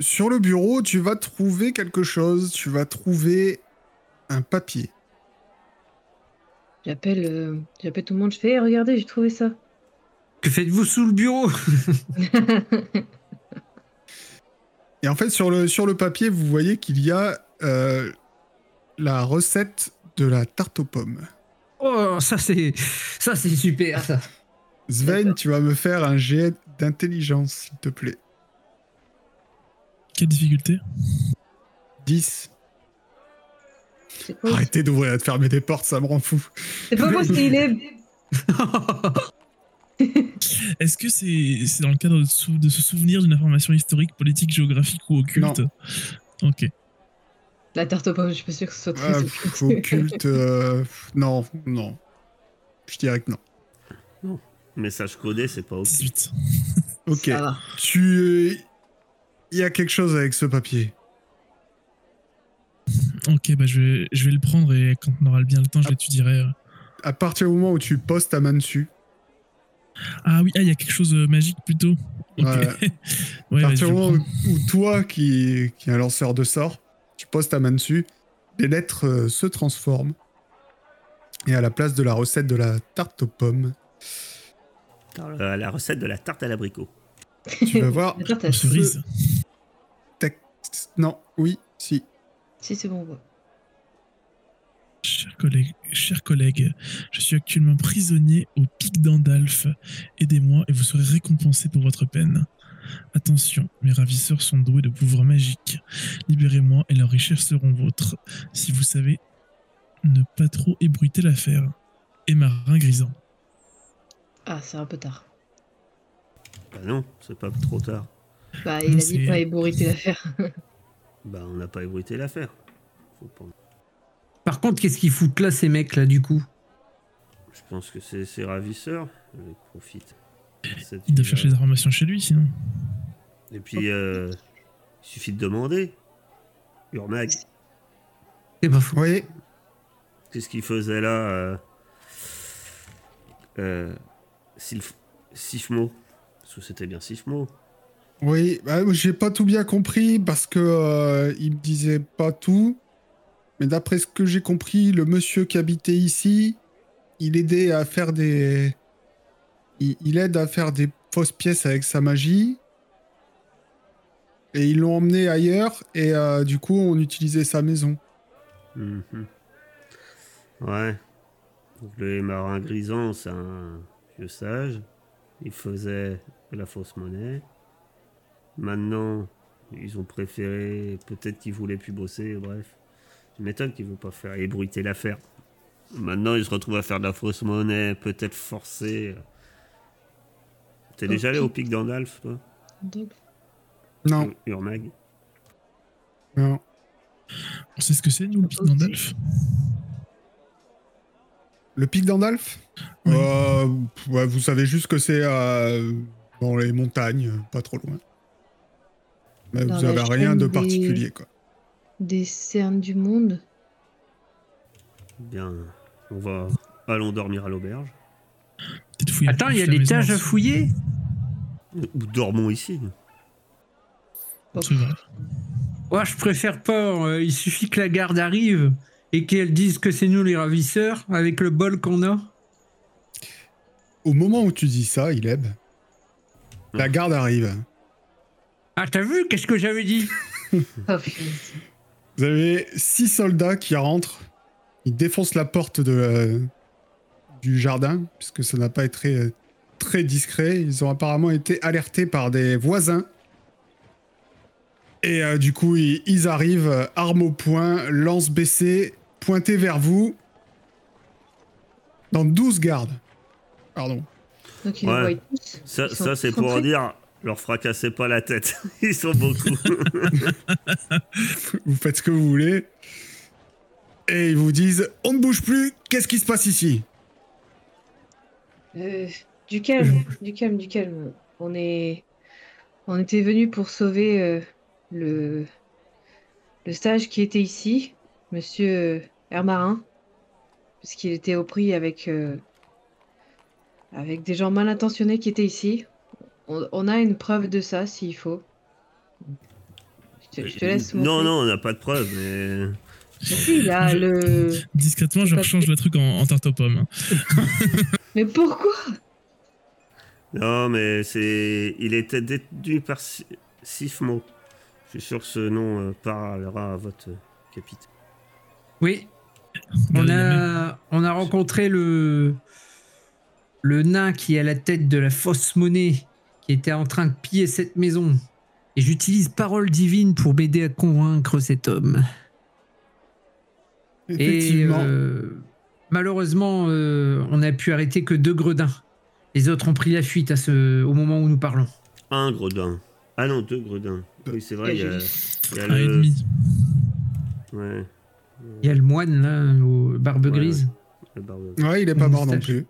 Speaker 1: Sur le bureau, tu vas trouver quelque chose. Tu vas trouver un papier.
Speaker 3: J'appelle, euh, j'appelle tout le monde. Je fais, Eh, regardez, j'ai trouvé ça.
Speaker 5: Que faites-vous sous le bureau
Speaker 1: Et en fait, sur le, sur le papier, vous voyez qu'il y a euh, la recette de la tarte aux pommes.
Speaker 5: Oh, ça c'est ça c'est super ça.
Speaker 1: Sven, tu vas me faire un jet d'intelligence, s'il te plaît.
Speaker 2: Quelle difficulté
Speaker 1: 10.
Speaker 3: C'est quoi
Speaker 1: Arrêtez d'ouvrir et de fermer des portes, ça me rend fou.
Speaker 3: C'est pas moi qui il est.
Speaker 2: Est-ce que c'est c'est dans le cadre de, sou- de se souvenir d'une information historique, politique, géographique ou occulte Ok.
Speaker 3: La tarte aux pommes, je suis pas sûre que ce soit très
Speaker 1: Ah, pff,
Speaker 3: occulte.
Speaker 1: occulte. euh, pff, non, non. Je dirais que non.
Speaker 4: Message codé, c'est pas ok.
Speaker 2: 18.
Speaker 1: Ok.
Speaker 3: Ça va.
Speaker 1: Tu. Il y a quelque chose avec ce papier.
Speaker 2: Ok, bah je vais, je vais le prendre et quand on aura bien le temps, je
Speaker 1: Ah.
Speaker 2: l'étudierai. euh.
Speaker 1: À partir du moment où tu poses ta main dessus,
Speaker 2: Ah oui, ah, il y a quelque chose de magique plutôt.
Speaker 1: Ouais.
Speaker 2: Ok. Ouais,
Speaker 1: à
Speaker 2: vas-y, je
Speaker 1: partir
Speaker 2: le
Speaker 1: du moment
Speaker 2: prends.
Speaker 1: où, où toi, qui, qui est un lanceur de sorts, tu poses ta main dessus, les lettres euh, se transforment. Et à la place de la recette de la tarte aux pommes,
Speaker 4: Euh, la recette de la tarte à l'abricot.
Speaker 1: tu vas voir.
Speaker 3: La tarte à
Speaker 2: Aux cerises.
Speaker 1: texte- Non, oui, si.
Speaker 3: Si c'est bon, on voit.
Speaker 2: Chers collègues, chers collègues, je suis actuellement prisonnier au pic d'Andalf. Aidez-moi et vous serez récompensé pour votre peine. Attention, mes ravisseurs sont doués de pouvoirs magiques. Libérez-moi et leurs richesses seront vôtres. Si vous savez ne pas trop ébruiter l'affaire. Et marin grisant.
Speaker 3: Ah, c'est un peu tard.
Speaker 4: Bah non, c'est pas trop tard.
Speaker 3: Bah, il a
Speaker 2: C'est-
Speaker 3: dit pas ébourriter l'affaire.
Speaker 4: Bah on n'a pas ébruité l'affaire. Faut pas-
Speaker 5: Par contre, qu'est-ce qu'ils foutent là ces mecs là du coup
Speaker 4: Je pense que c'est ses ravisseurs. Ils profitent. Cette
Speaker 2: Il doit
Speaker 4: vie-là.
Speaker 2: chercher des informations chez lui sinon.
Speaker 4: Et puis, euh, il suffit de demander. Urmag,
Speaker 5: C'est pas fou.
Speaker 1: Oui,
Speaker 4: qu'est-ce qu'il faisait là euh, euh, Sif- Sifmo. Parce que c'était bien Sifmo.
Speaker 1: oui. bah, J'ai pas tout bien compris parce que euh, il me disait pas tout. Mais d'après ce que j'ai compris, le monsieur qui habitait ici, il aidait à faire des. Il, il aide à faire des fausses pièces avec sa magie. Et ils l'ont emmené ailleurs, et euh, du coup, on utilisait sa maison.
Speaker 4: Mhm. Ouais. Donc, le marin grisant, c'est un vieux sage. Il faisait de la fausse monnaie. Maintenant, ils ont préféré. Peut-être qu'ils voulaient plus bosser, bref. Je m'étonne qu'ils ne veulent pas faire ébruiter l'affaire. Maintenant, ils se retrouvent à faire de la fausse monnaie, peut-être forcée. T'es
Speaker 3: Au
Speaker 4: déjà allé au
Speaker 3: pic.
Speaker 4: pic d'Andalf, toi
Speaker 3: Donc,
Speaker 1: Non,
Speaker 4: Ur- Urmag
Speaker 1: non.
Speaker 2: On sait ce que c'est nous le pic d'Andalf
Speaker 1: Le pic d'Andalf
Speaker 2: Oui.
Speaker 1: Euh, pff, ouais, Vous savez juste que c'est euh, dans les montagnes, pas trop loin. Mais
Speaker 3: Dans
Speaker 1: vous
Speaker 3: la
Speaker 1: avez rien
Speaker 3: chaîne
Speaker 1: de
Speaker 3: des-
Speaker 1: particulier, quoi.
Speaker 3: des cernes du monde.
Speaker 4: Bien. On va. Allons dormir à l'auberge.
Speaker 2: Peut-être fouiller
Speaker 5: Attends, il y a
Speaker 2: la
Speaker 5: des
Speaker 2: maison
Speaker 5: tâches à
Speaker 2: ensuite.
Speaker 5: fouiller
Speaker 4: Ou ou dormons ici.
Speaker 2: C'est vrai.
Speaker 5: Ouais, Oh, je préfère pas. euh, il suffit que la garde arrive et qu'elle dise que c'est nous les ravisseurs avec le bol qu'on a.
Speaker 1: Au moment où tu dis ça, Ileb, la garde arrive.
Speaker 5: Ah, t'as vu Qu'est-ce que j'avais dit
Speaker 3: Oh, punaise.
Speaker 1: Vous avez six soldats qui rentrent. Ils défoncent la porte de, euh, du jardin, puisque ça n'a pas été euh, très discret. Ils ont apparemment été alertés par des voisins. Et euh, du coup, ils, ils arrivent, euh, armes au poing, lance baissée, pointés vers vous. Dans 12 gardes. Pardon.
Speaker 3: Donc, ils les
Speaker 4: Ouais.
Speaker 3: voient tous.
Speaker 4: Ça,
Speaker 3: Ils sont
Speaker 4: ça, c'est pour
Speaker 3: rentrés.
Speaker 4: dire, leur fracassez pas la tête. Ils sont beaucoup.
Speaker 1: Vous faites ce que vous voulez. Et ils vous disent On ne bouge plus, qu'est-ce qui se passe ici
Speaker 3: Euh, du calme, du calme, du calme. On est, on était venu pour sauver euh, le, le stage qui était ici, Monsieur euh, Hermarin, parce qu'il était au prix avec, euh, avec des gens mal intentionnés qui étaient ici. On, on a une preuve de ça, s'il faut. Je te, je te laisse.
Speaker 4: non,
Speaker 3: montrer.
Speaker 4: non, on n'a pas de preuve. Mais...
Speaker 3: Si, là,
Speaker 2: Je-
Speaker 3: le.
Speaker 2: Discrètement, je
Speaker 3: Pas-
Speaker 2: rechange le truc en, en tarte aux pommes. hein.
Speaker 3: Mais pourquoi
Speaker 4: Non, mais c'est. Il était détenu par Si- Sifmo. Je suis sûr que ce nom euh, parlera à votre euh, capitaine.
Speaker 5: Oui, on
Speaker 2: Il y a même-
Speaker 5: a, on a rencontré le, le nain qui est à la tête de la fausse monnaie, qui était en train de piller cette maison. Et j'utilise parole divine pour m'aider à convaincre cet homme. Et
Speaker 1: Effectivement.
Speaker 5: euh, malheureusement, euh, on n'a pu arrêter que deux gredins. Les autres ont pris la fuite à ce, au moment où nous parlons.
Speaker 4: Un gredin. Ah non, deux gredins. Oui, c'est vrai, il y a, il y a
Speaker 2: un et
Speaker 4: le.
Speaker 2: demi.
Speaker 4: Ouais,
Speaker 5: Il y a le moine, là, aux barbe
Speaker 4: Ouais,
Speaker 5: grise.
Speaker 4: le barbe.
Speaker 1: Ouais, il est pas mort non
Speaker 5: Moustache.
Speaker 1: plus.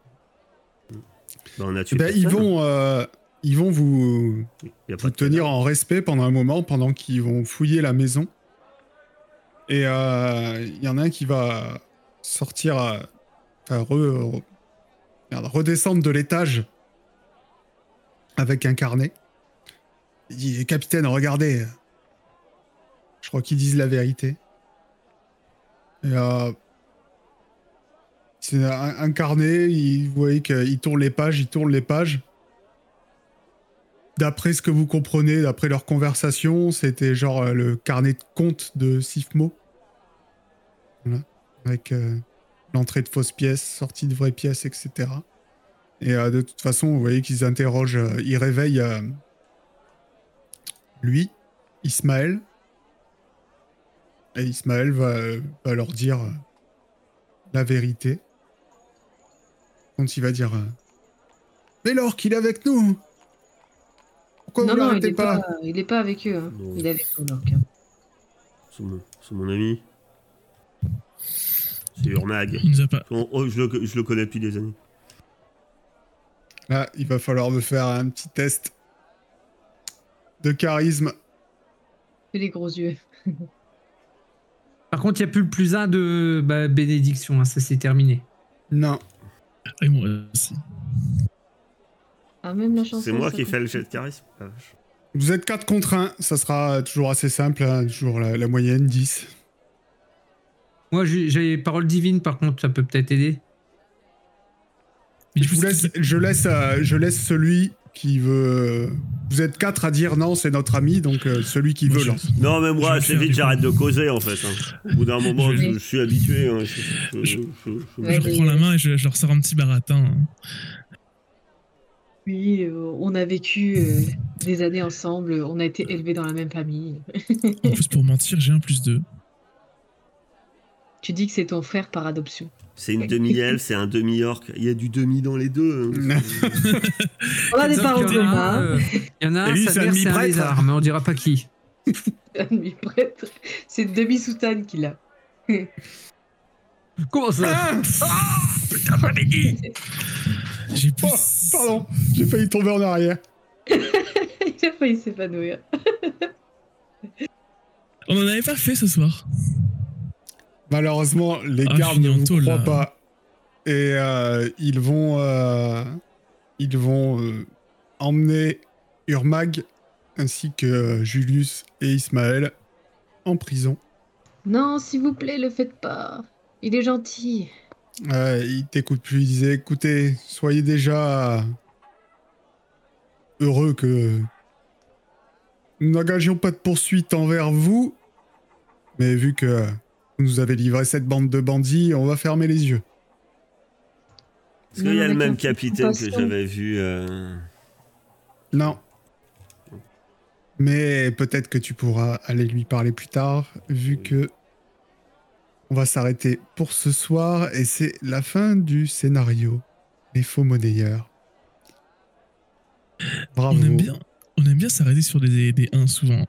Speaker 4: Bah, on a
Speaker 1: Eh
Speaker 4: tué.
Speaker 1: ben, ils
Speaker 4: personne.
Speaker 1: vont, euh, ils vont vous,
Speaker 4: Il y a
Speaker 1: vous
Speaker 4: pas de
Speaker 1: tenir en respect pendant un moment, pendant qu'ils vont fouiller la maison. Et euh, il y en a un qui va sortir, euh, enfin, re- re- merde, redescendre de l'étage avec un carnet. Il dit Capitaine, regardez. Je crois qu'ils disent la vérité. Et, euh, c'est un, un carnet, il- vous voyez qu'il tourne les pages, il tourne les pages d'après ce que vous comprenez, d'après leur conversation, c'était genre euh, le carnet de compte de Sifmo. Voilà. Avec euh, l'entrée de fausses pièces, sortie de vraies pièces, etc. Et euh, de toute façon, vous voyez qu'ils interrogent, euh, ils réveillent euh, lui, Ismaël. Et Ismaël va, va leur dire euh, la vérité. Quand il va dire euh, Mais l'orque, il est avec nous Pourquoi
Speaker 3: Non,
Speaker 1: vous
Speaker 3: non, il
Speaker 1: l'arrêtez
Speaker 3: n'est
Speaker 1: pas
Speaker 3: pas, il est pas avec eux. hein.
Speaker 4: Non.
Speaker 3: Il est avec nous, donc, hein.
Speaker 4: C'est mon, c'est mon ami. C'est Urmag.
Speaker 2: Il nous a pas.
Speaker 4: On- oh, je, le, je le connais depuis des années.
Speaker 1: Là, Ah, il va falloir me faire un petit test de charisme.
Speaker 3: Fais les gros yeux.
Speaker 5: Par contre, il n'y a plus le plus un de bah, bénédiction. hein, ça, c'est terminé.
Speaker 1: Non.
Speaker 2: Et moi aussi.
Speaker 3: Ah, même la chanson.
Speaker 4: C'est moi
Speaker 3: ça
Speaker 4: qui
Speaker 3: compte.
Speaker 4: fais le jet de charisme. Ah, vache.
Speaker 1: Vous êtes 4 contre 1, ça sera toujours assez simple, hein, toujours la, la moyenne 10.
Speaker 5: Moi, j'ai j'ai parole divine, par contre, ça peut peut-être aider.
Speaker 2: Mais du
Speaker 1: Je,
Speaker 2: coup,
Speaker 1: vous
Speaker 2: c'est
Speaker 1: laisse,
Speaker 2: qui-
Speaker 1: je, laisse, euh, je laisse celui qui veut... Vous êtes 4 à dire non, c'est notre ami, donc euh, celui qui
Speaker 2: Moi,
Speaker 1: veut
Speaker 2: je-
Speaker 1: lance.
Speaker 4: Non, mais
Speaker 2: Je
Speaker 4: moi,
Speaker 2: vais
Speaker 4: assez
Speaker 2: faire
Speaker 4: vite,
Speaker 2: du
Speaker 4: j'arrête de causer en fait. hein. Au bout d'un moment,
Speaker 2: Je
Speaker 4: je,
Speaker 3: vais-
Speaker 4: je suis habitué. hein. Je- je-
Speaker 2: Je-
Speaker 4: je- je-
Speaker 3: Ouais,
Speaker 2: Je reprends la main et je, je leur sors un petit baratin. hein.
Speaker 3: Oui, euh, on a vécu euh, des années ensemble, on a été élevés dans la même famille.
Speaker 2: En plus, pour mentir, j'ai un plus deux.
Speaker 3: Tu dis que c'est ton frère par adoption.
Speaker 4: C'est une demi-elfe, c'est un demi-orc. Il y a du demi dans les deux. hein.
Speaker 3: On a des
Speaker 5: Disons
Speaker 3: parents
Speaker 5: qu'il y en a un,
Speaker 3: communs,
Speaker 5: euh, Il y en a
Speaker 1: Et
Speaker 5: un,
Speaker 1: lui, c'est
Speaker 5: sa
Speaker 1: un
Speaker 5: mère, c'est un
Speaker 1: demi-prêtre.
Speaker 5: lézard, mais on dira pas qui.
Speaker 3: un demi-prêtre. C'est une demi-soutane qu'il a.
Speaker 5: Comment ça
Speaker 2: J'ai plus.
Speaker 1: Oh, pardon, j'ai failli tomber en arrière.
Speaker 3: Il a failli s'épanouir.
Speaker 2: On en avait pas fait ce soir.
Speaker 1: Malheureusement, les
Speaker 2: Ah,
Speaker 1: gardes
Speaker 2: je finis
Speaker 1: ne
Speaker 2: en
Speaker 1: vous
Speaker 2: tôle,
Speaker 1: croient
Speaker 2: là.
Speaker 1: pas. Et euh, ils vont, euh, ils vont euh, emmener Urmag ainsi que euh, Julius et Ismaël en prison.
Speaker 3: Non, s'il vous plaît, le faites pas. Il est gentil.
Speaker 1: Euh, il t'écoute plus, il disait écoutez, soyez déjà euh, heureux que nous n'engagions pas de poursuite envers vous, mais vu que euh, vous nous avez livré cette bande de bandits, on va fermer les yeux.
Speaker 4: Est-ce qu'il y a le
Speaker 3: Avec
Speaker 4: même
Speaker 3: la
Speaker 4: capitaine que
Speaker 3: confrontation.
Speaker 4: j'avais vu euh,
Speaker 1: Non. Mais peut-être que tu pourras aller lui parler plus tard, vu
Speaker 4: Oui.
Speaker 1: que on va s'arrêter pour ce soir et c'est la fin du scénario. Les faux monnayeurs. Bravo.
Speaker 2: On aime bien, on aime bien s'arrêter sur des, des 1 souvent.